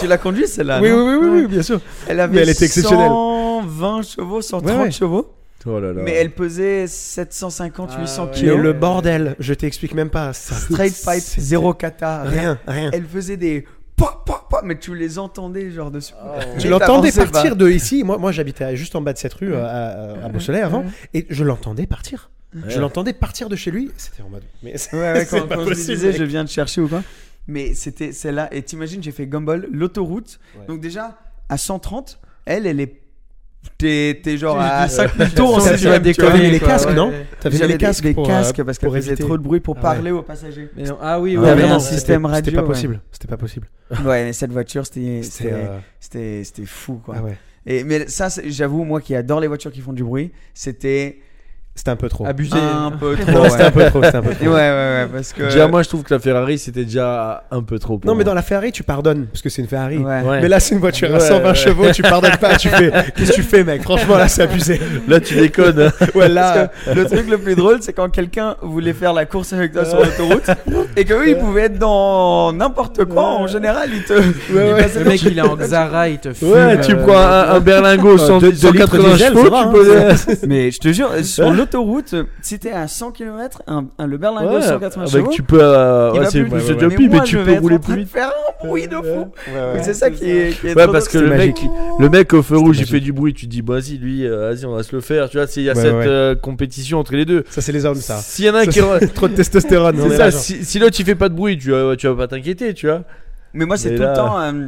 Tu l'as conduite celle-là
oui,
non
oui, oui, oui, oui, bien sûr.
Elle avait
Mais elle était exceptionnelle.
120 chevaux, 130
Ouais, ouais.
chevaux,
Oh là là.
mais elle pesait 750, 800
Mais
kilos.
le bordel, je t'explique même pas. Ça,
Straight pipe,
c'était-
zéro kata, rien.
Rien, rien.
Elle faisait des pa pa pa, mais tu les entendais genre dessus.
Je l'entendais partir de ici. Moi, moi j'habitais à- juste en bas de cette rue, euh, à, à, à Beausoleil avant, et je l'entendais partir. Je l'entendais partir de chez lui. C'était en mode. Mais [laughs] c'est
Ouais, ouais, quand,
pas
quand je lui
possible,
disais,
mec.
je viens te chercher ou quoi. Mais c'était celle-là. Et t'imagines, j'ai fait Gumball, l'autoroute. Donc déjà, à 130, elle, elle est. T'es t'es genre à 5000 tours en
T'as-
tu vas
septième, tu vois.
T'avais mis les
quoi,
casques,
ouais,
non
ouais.
T'avais mis
J'avais
les casques
des
pour, euh,
casques parce qu'elle
pour
faisait
éviter.
trop de bruit pour
Ah ouais.
parler aux passagers.
Mais non- Ah oui,
Ah
ouais,
ouais,
vraiment.
non,
c'était-
système radio,
C'était pas
ouais.
possible. C'était pas possible.
[laughs] Ouais, mais cette voiture, c'était
C'était.
c'était-
euh,
c'était c'était fou quoi.
ah ouais.
Et mais ça, c'est- j'avoue, moi qui adore les voitures qui font du bruit, c'était
C'était un peu trop.
abusé.
un peu trop.
Non, c'était
ouais.
un peu trop. c'était
[laughs]
un peu
Et
trop.
ouais, ouais, ouais, parce que.
Déjà, moi, je trouve que la Ferrari, c'était déjà un peu trop. pour
euh, Non, mais dans
moi.
la Ferrari, tu pardonnes, parce que c'est une Ferrari.
Ouais.
Ouais.
Mais là, c'est une voiture à
Ouais,
120
ouais.
chevaux, tu pardonnes pas, tu fais. Qu'est-ce que tu fais, mec Franchement, là, c'est abusé.
là, tu déconnes. hein.
[laughs] Ouais, là. euh,
Parce que le truc le plus drôle, c'est quand quelqu'un voulait faire la course avec toi sur l'autoroute et que eux, ils pouvaient être dans n'importe quoi. En général, ils te. ils
ouais.
passaient
Le
dans-
mec, il est en Zara, [laughs] il te fume.
Ouais, tu
euh,
prends un, un berlingot
euh,
cent-
deux- deux
180
litres diesel,
chevaux,
ça va,
tu
hein.
peux.
Mais je te jure, sur l'autoroute, si t'es à 100 km, un, un- le [laughs] berlingot
Ouais,
180
avec
chevaux.
tu peux. euh,
il
ouais,
va
c'est
plus vite.
c'est
Mais
déjà pire, mais
moi,
tu
je vais
peux
être
rouler
en train
plus
de
vite.
faire un bruit de fou.
ouais.
C'est ça qui est, qui est
Ouais,
trop
parce que
drôle,
le
c'est
mec,
magique.
le mec au feu rouge, il
magique.
fait du bruit. Tu te dis, vas-y, lui, euh, vas-y, on va se le faire. Tu vois, c'est- il y a
Ouais,
cette
ouais.
euh, compétition entre les deux.
Ça, c'est les hommes, ça.
S'il y en a un
Ça,
qui. re-
Trop de testostérone. on
C'est
est
ça,
là, genre.
si, si l'autre il fait pas de bruit, tu, vas- tu vas pas t'inquiéter, tu vois.
Mais moi, c'est
Mais
tout
là-
le temps. euh,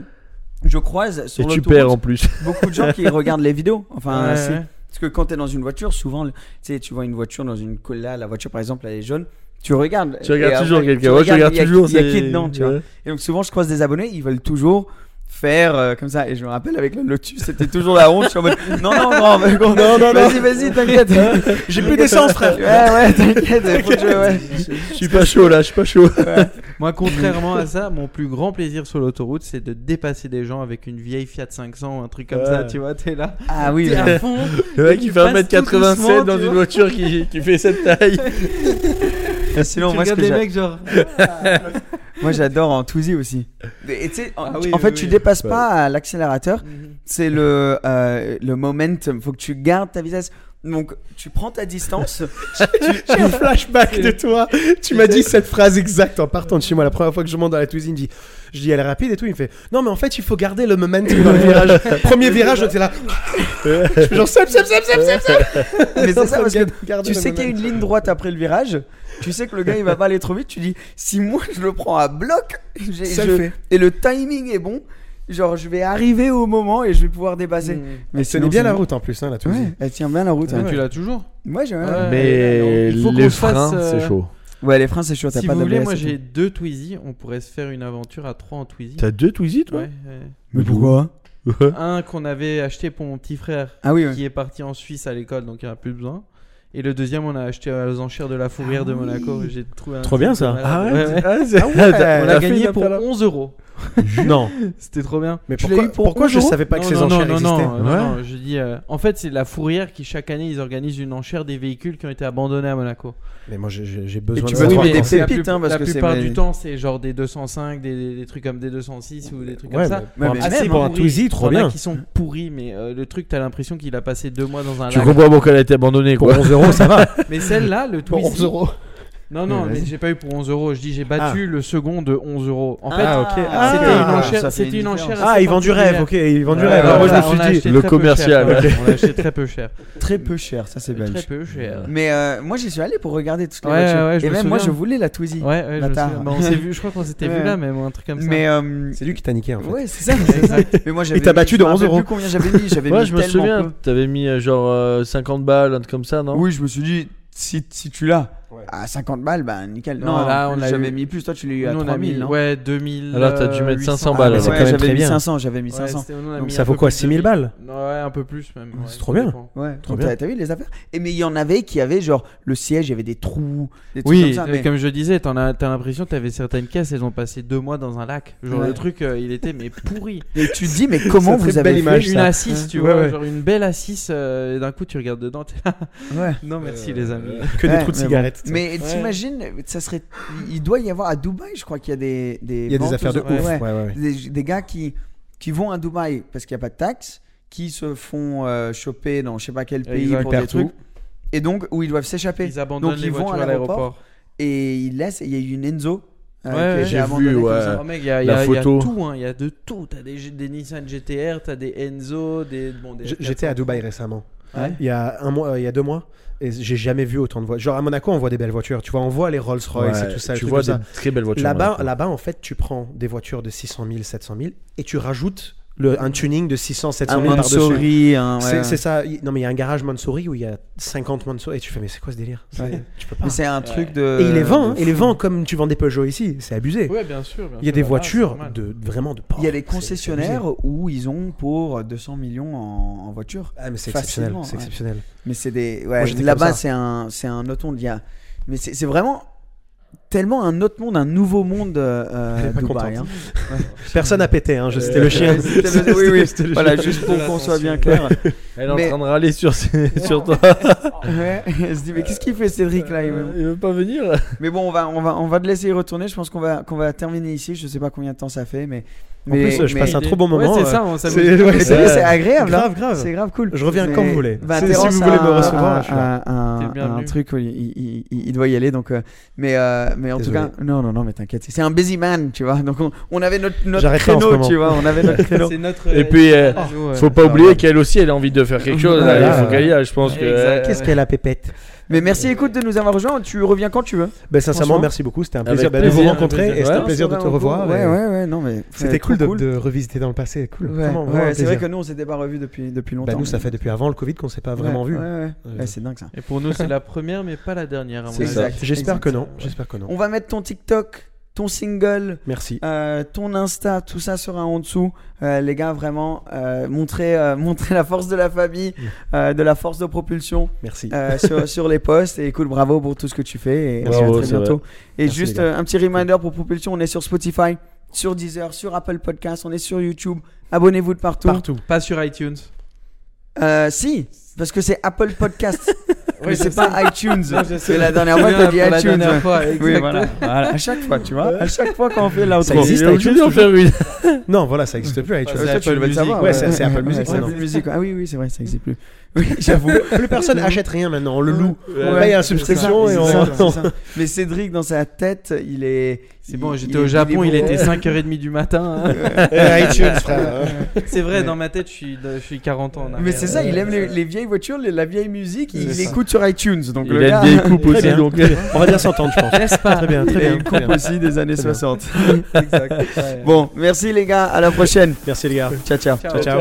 je croise
Et
sur
tu perds en
l'autoroute
plus.
[laughs] beaucoup de gens qui regardent les vidéos. Enfin,
Ouais,
c'est-
ouais.
parce que quand t'es dans une voiture, souvent, le- tu sais, tu vois une voiture dans une colle là, la voiture par exemple, elle est jaune. Tu regardes.
[laughs] Tu
Et
regardes
après,
toujours
tu
quelqu'un. Ouais, je
regardes,
regarde
il y a-
toujours.
Il y a
c'est-
qui dedans, tu vois.
ouais.
Et donc souvent je croise des abonnés, ils veulent toujours faire euh, comme ça. Et je me rappelle avec le Lotus, c'était toujours la honte. Je suis en mode non non grand, mais gros,
Non, non, non.
vas-y vas-y t'inquiète.
J'ai plus d'essence, frère.
Ouais ouais t'inquiète. faut que je- ouais.
Je suis pas chaud là, je suis pas chaud.
Moi, contrairement à ça, mon plus grand plaisir sur l'autoroute, c'est de dépasser des gens avec une vieille Fiat 500 ou un truc comme
Ouais.
ça, tu vois, t'es là.
Ah oui.
T'es
ouais.
à fond.
Le mec il fait
passe tout doucement,
1m87
tu
dans une
vois.
voiture qui, qui fait cette taille.
Sinon
tu
moi ce
regardes
que
les
j'a-
mecs, genre.
moi, j'adore en Tousi aussi. Et tu sais, en,
Ah oui,
en
oui,
fait
oui.
tu dépasses pas à l'accélérateur.
Mhm.
C'est le euh, le momentum. Faut que tu gardes ta vitesse. Donc tu prends
[laughs]
ta distance.
J'ai un flashback
[laughs]
de toi. Tu m'as dit cette phrase exacte en partant de chez moi. La première fois que je monte dans la cuisine, je dis, je dis, elle est rapide et tout. Il me fait, non, mais en fait, il faut garder le momentum dans le virage.
[laughs]
Premier virage, j'étais là. je fais genre, stop, stop, stop, stop, stop, stop.
Mais
En
c'est ça
train
parce
de
que
garder
tu
le
sais qu'il y a
momentum.
une ligne droite après le virage. Tu sais que le gars il va pas aller trop vite. Tu dis si moi je le prends à bloc j'ai-
Ça
je-
le fait.
et le timing est bon, genre je vais arriver au moment et je vais pouvoir dépasser.
Mais
sinon,
Mhm. tenait bien
c'est
la
bon.
route en plus, hein, la Twizy.
Ouais, elle tient bien la route.
Ah
hein.
ouais.
Tu l'as toujours
Moi j'ai.
Ouais.
Mais
Il faut qu'on
les
se fasse,
freins,
euh,
c'est chaud.
Ouais, les freins c'est chaud. T'as
Si
pas
vous
d'ABS.
voulez, moi
et
j'ai
tout.
deux Twizy, on pourrait se faire une aventure à trois en Twizy. Ah
T'as deux Twizy, toi
Ouais, ouais.
Mais pourquoi
Un qu'on avait acheté pour mon petit frère
Ah oui. ouais.
qui est parti en Suisse à l'école, donc il n'y en a plus besoin. Et le deuxième, on a acheté aux enchères de la fourrière de Monaco. et J'ai trouvé un
Trop
truc
bien
de
ça.
malade.
Ah
Ouais, ouais.
ouais [laughs] c'est-
Ah ouais,
t'as-
On
t'as
l'a
fait
gagné
une
pour
affaire là.
11 euros.
Non.
C'était trop bien.
Mais
Tu l'as
pourquoi,
eu pour
pourquoi je
11
savais pas que ces
non,
enchères
non,
existaient
non, non,
Ouais.
non, je dis. euh, en fait, c'est la fourrière qui chaque année ils organisent une enchère des véhicules qui ont été abandonnés à Monaco.
Mais moi, j'ai- j'ai j'ai besoin
tu
de
veux
savoir
trouver
Oui, mais
Bah des
quand c'est-
la
pépites,
plus-
hein, parce
la
que c'est
plupart
mes-
du temps, c'est genre des 205, des, des trucs comme des 206 ou des trucs comme
Ouais,
ça.
mais pour un-
mais
ah,
même,
c'est pour un
pourris.
Twizy,
T'en
trop
as
bien.
qui sont pourris, mais euh, le truc, t'as l'impression qu'il a passé deux mois
Ah,
dans un
Tu
lac.
comprends pourquoi elle a été abandonnée quoi. 11 euros, ça va.
Mais celle-là, le
Pour
Twizy.
11 euros.
Non, non,
Mais
mais
vas-y.
j'ai pas eu pour 11 euros. Je dis, j'ai battu le second de 11 euros. En fait,
Ah, ok. Ah,
c'était
Ah,
une enchère.
ça fait
C'était
une
une
différence.
enchère. assez
Ah, ils vendent du rêve,
particulière.
ok, ils vendent du
Ouais,
rêve.
ouais,
Alors, moi, je
ouais,
me
on
suis
a
dit,
acheté
le
très peu
commercial,
cher,
ok.
ouais, On l'a acheté très peu cher.
Très peu cher, ça c'est belge.
Très peu cher.
Mais euh, moi j'y suis allé pour regarder toutes les
Ouais,
voitures.
ouais, je
et
me
même moi je
souviens.
voulais la Twizy.
Ouais, ouais, je me
Bâtard.
souviens. Bah, on s'est vu, je crois qu'on s'était
Ouais.
vu là, même ou un truc comme ça.
Mais euh,
c'est lui qui t'a niqué en fait.
ouais,
[laughs]
c'est ça. c'est ça. Mais moi j'avais
Il t'a
mis-
battu
je
de
me
11
rappelle
euros.
plus combien j'avais mis, j'avais
Moi
mis
je me
tellement
souviens,
peu.
t'avais mis euh, genre euh, 50 balles, un truc comme ça, non
Oui, je me suis dit si si tu l'as à 50 balles, bah nickel.
Non,
Non,
là, on l'a
j'avais
eu-
mis plus, toi tu l'as eu
Nous,
à hein.
on a mis
3000, non
Ouais, euh, 2000.
Alors, t'as dû mettre 500
Ah,
balles, alors.
mais ouais,
C'est quand même
j'avais
très
mis
bien.
500, j'avais mis 500.
Donc ça vaut quoi 6000 balles
Ouais, un peu plus même. ouais,
C'est trop
ça
bien.
dépend.
Ouais,
Trop
donc t'as
bien.
t'as vu les affaires Et mais il y en avait qui avaient genre le siège, il y avait des trous, des trucs
Oui,
comme ça.
mais
mais-
comme je disais, t'en as, t'as l'impression que t'avais certaines caisses, elles ont passé deux mois dans un lac. Genre
Ouais.
le truc, euh, il était mais pourri.
Et tu te dis
[laughs]
mais comment
Ça fait
vous avez
belle
fait
image,
une
ça.
assise,
[laughs]
tu
Ouais,
vois,
ouais.
genre une belle assise, euh, et d'un coup tu regardes dedans, t'es là. [laughs]
Ouais.
Non, merci les amis.
Que
Euh, Ouais,
des trous de
mais bon.
cigarettes. tu sais.
Mais t'imagines, ça serait, il doit y avoir à Dubaï, je crois qu'il y a des, des
Il y a des
ventes
affaires de
aux-
ouf. Ouais,
ouais.
ouais, ouais.
Des, des gars qui, qui vont à Dubaï parce qu'il n'y a pas de taxes, qui se font euh, choper dans je sais pas quel pays
Exact.
pour des
Perdent tout.
trucs, et donc où ils doivent s'échapper.
Ils abandonnent
Donc,
les
ils vont
voitures
à
à l'aéroport.
Et ils laissent, et il y a eu une Enzo. euh,
Ouais,
qui a
ouais,
été
j'ai
abandonnée
vu,
comme
ouais.
ça.
Oh, mec, il y a, il y
La
a- il y a
photo.
tout, hein, il y a de tout. T'as des, des Nissan GTR, t'as des Enzo, des. Bon, des
J- J'étais à Dubaï récemment.
Ouais.
Il y a un mois, euh, il y a deux mois, et j'ai jamais vu autant de voitures. Genre à Monaco, on voit des belles voitures. Tu vois, on voit les Rolls Royce
Ouais,
et tout ça. les
Tu
trucs
vois
comme
des
ça.
très belles voitures.
Là-bas,
maintenant.
là-bas, en fait, tu prends des voitures de 600 000, 700 000 et tu rajoutes le, un tuning de 600, 700
Un
000 par-dessus.
Mansouri, un- ouais,
C'est
ouais.
c'est ça. Il- Non, mais il y a un garage Mansouri où il y a 50 Mansouri. Et tu fais, mais c'est quoi ce délire C'est-
Ouais.
Tu peux pas.
Mais C'est un truc de.
Ah. Et il les vend,
Euh, de
hein. il les
fou.
vend comme tu vends des Peugeot ici. C'est abusé.
Ouais, bien sûr. bien
il y a des
sûr, là-bas, c'est
voitures
normal.
de vraiment de. pauvres.
Il y a des
C'est- c'est
concessionnaires
abusé.
où ils ont pour 200 millions en, en voiture.
Ah, mais c'est exceptionnel.
Facilement,
C'est
ouais.
exceptionnel.
Mais c'est des. ouais,
Moi, j'étais comme
Là-bas,
ça.
c'est un, c'est un autre monde. Il y a- Mais c'est c'est vraiment tellement un autre monde, un nouveau monde
Elle
euh,
est pas
Dubaï.
contente. [laughs]
hein.
Personne n'a pété. Hein. je- [laughs] C'était le chien.
Ouais, c'était le- oui, oui. Voilà, juste pour qu'on soit bien clair.
[laughs]
Elle est en
Mais-
train de râler sur, sur toi.
Ouais, [laughs] Elle se dit, mais qu'est-ce qu'il fait Cédric là il veut-
Il veut pas venir
Mais bon, on va, on va, on va te laisser y retourner. Je pense qu'on va, qu'on va terminer ici. Je sais pas combien de temps ça fait, mais.
En plus, je passe un trop bon
Ouais,
moment.
c'est
euh,
ça, on s'amuse.
c'est- ouais,
Mais
c'est-
t'as vu, [laughs] c'est agréable.
Grave,
hein.
grave.
C'est grave cool.
Je reviens
Mais-
quand vous voulez.
bah,
C'est- si
Terence
vous
a
voulez me
un-
recevoir,
un-
je suis là.
un-
T'es le
un-
bienvenu.
un truc, oui, il, il- il doit y aller. Donc, euh, mais, euh, mais en
Désolé.
tout cas, non, non, non, mais t'inquiète. C'est un busy man, tu vois. Donc, on, on avait notre, notre
J'arrête pas en ce
créneau,
moment.
tu vois. On
[laughs]
avait notre créneau.
[laughs] C'est notre.
Et
euh,
puis, euh,
à nous, euh,
Faut pas oublier qu'elle aussi, elle a envie de faire quelque chose.
Ouais,
elle,
ouais.
faut qu'elle y aille, je pense que. euh,
Exact.
Qu'est-ce
Ouais.
qu'elle a pépette
Mais merci, écoute, de nous avoir rejoints. Tu reviens quand tu veux.
ben, Sincèrement,
Franchement.
merci beaucoup. C'était un
Avec
plaisir, ben, de vous
plaisir.
rencontrer
Avec
et c'était
plaisir.
un plaisir de te revoir.
Ouais,
et
ouais, ouais. Non, mais
C'était
trop
cool de, de revisiter dans le passé. Cool.
Ouais,
Vraiment,
ouais,
vraiment un
c'est vrai
plaisir.
que nous, on s'était pas revus depuis, depuis longtemps.
Bah, nous, ça
mais-
fait depuis avant le Covid qu'on s'est pas vraiment
Ouais,
vu.
Ouais, ouais.
Euh,
Ouais, c'est dingue ça.
Et pour nous, c'est la première, mais pas la dernière. à mon
C'est
avis.
exact.
J'espère
exact.
que non.
Ouais.
J'espère que non.
On va mettre ton TikTok, ton single.
Merci.
Euh, ton Insta, tout ça sera en dessous. Euh, les gars, vraiment, euh, montrez, euh, [laughs] montrez la force de la famille, euh, de la force de propulsion
Merci.
euh, sur, sur les posts. Et écoute, bravo pour tout ce que tu fais. Et
Merci,
à
ouais,
très
c'est
bientôt. Et
Merci,
juste
les gars.
euh, un petit reminder pour propulsion on est sur Spotify, sur Deezer, sur Apple Podcast, on est sur YouTube. Abonnez-vous de partout.
Partout.
Pas sur iTunes.
Euh, si, parce que c'est Apple Podcast. Mais c'est pas iTunes.
Ah,
Non, je sais.
Mais la dernière fois, t'as dit
Pour la
iTunes.
dernière fois,
oui,
exactement.
voilà. Voilà, À chaque fois, tu vois. À chaque fois qu'on fait l'outro.
Ça existe,
Il est obligé
iTunes,
d'en faire une.
Non, voilà, ça existe plus. iTunes.
Ça, c'est Apple
Tu veux le
Music,
savoir,
ouais.
ouais, c'est c'est Apple
Ouais,
Music.
c'est
maintenant.
Apple Music. Ah oui, oui, c'est vrai, ça existe plus. [laughs] Oui, j'avoue.
J'avoue, plus personne achète rien maintenant. On le loue.
Ouais,
on paye un
c'est ça,
subscription
c'est
et on.
ça,
[laughs]
c'est ça. [laughs] Mais Cédric, dans sa tête, il est.
C'est bon, j'étais au Japon, il était 5h30 du matin. hein.
Ouais.
iTunes, frère.
C'est vrai,
Mais-
dans ma tête, je suis, je suis 40 ans. en
Mais
arrière.
c'est ça, il aime les, les vieilles voitures, les- la vieille musique, il
C'est ça.
écoute sur iTunes. Donc
Il
le
a
gars,
une vieille
[laughs]
coupe
Très
aussi,
bien.
donc.
On va bien s'entendre, je pense.
N'est-ce pas
Très bien,
il
très
a
bien.
une
très
coupe
bien.
aussi des années
Très bien.
60. [laughs] exact. Bon, merci les gars, à la prochaine.
Merci les gars.
Ciao, ciao.
Ciao, ciao.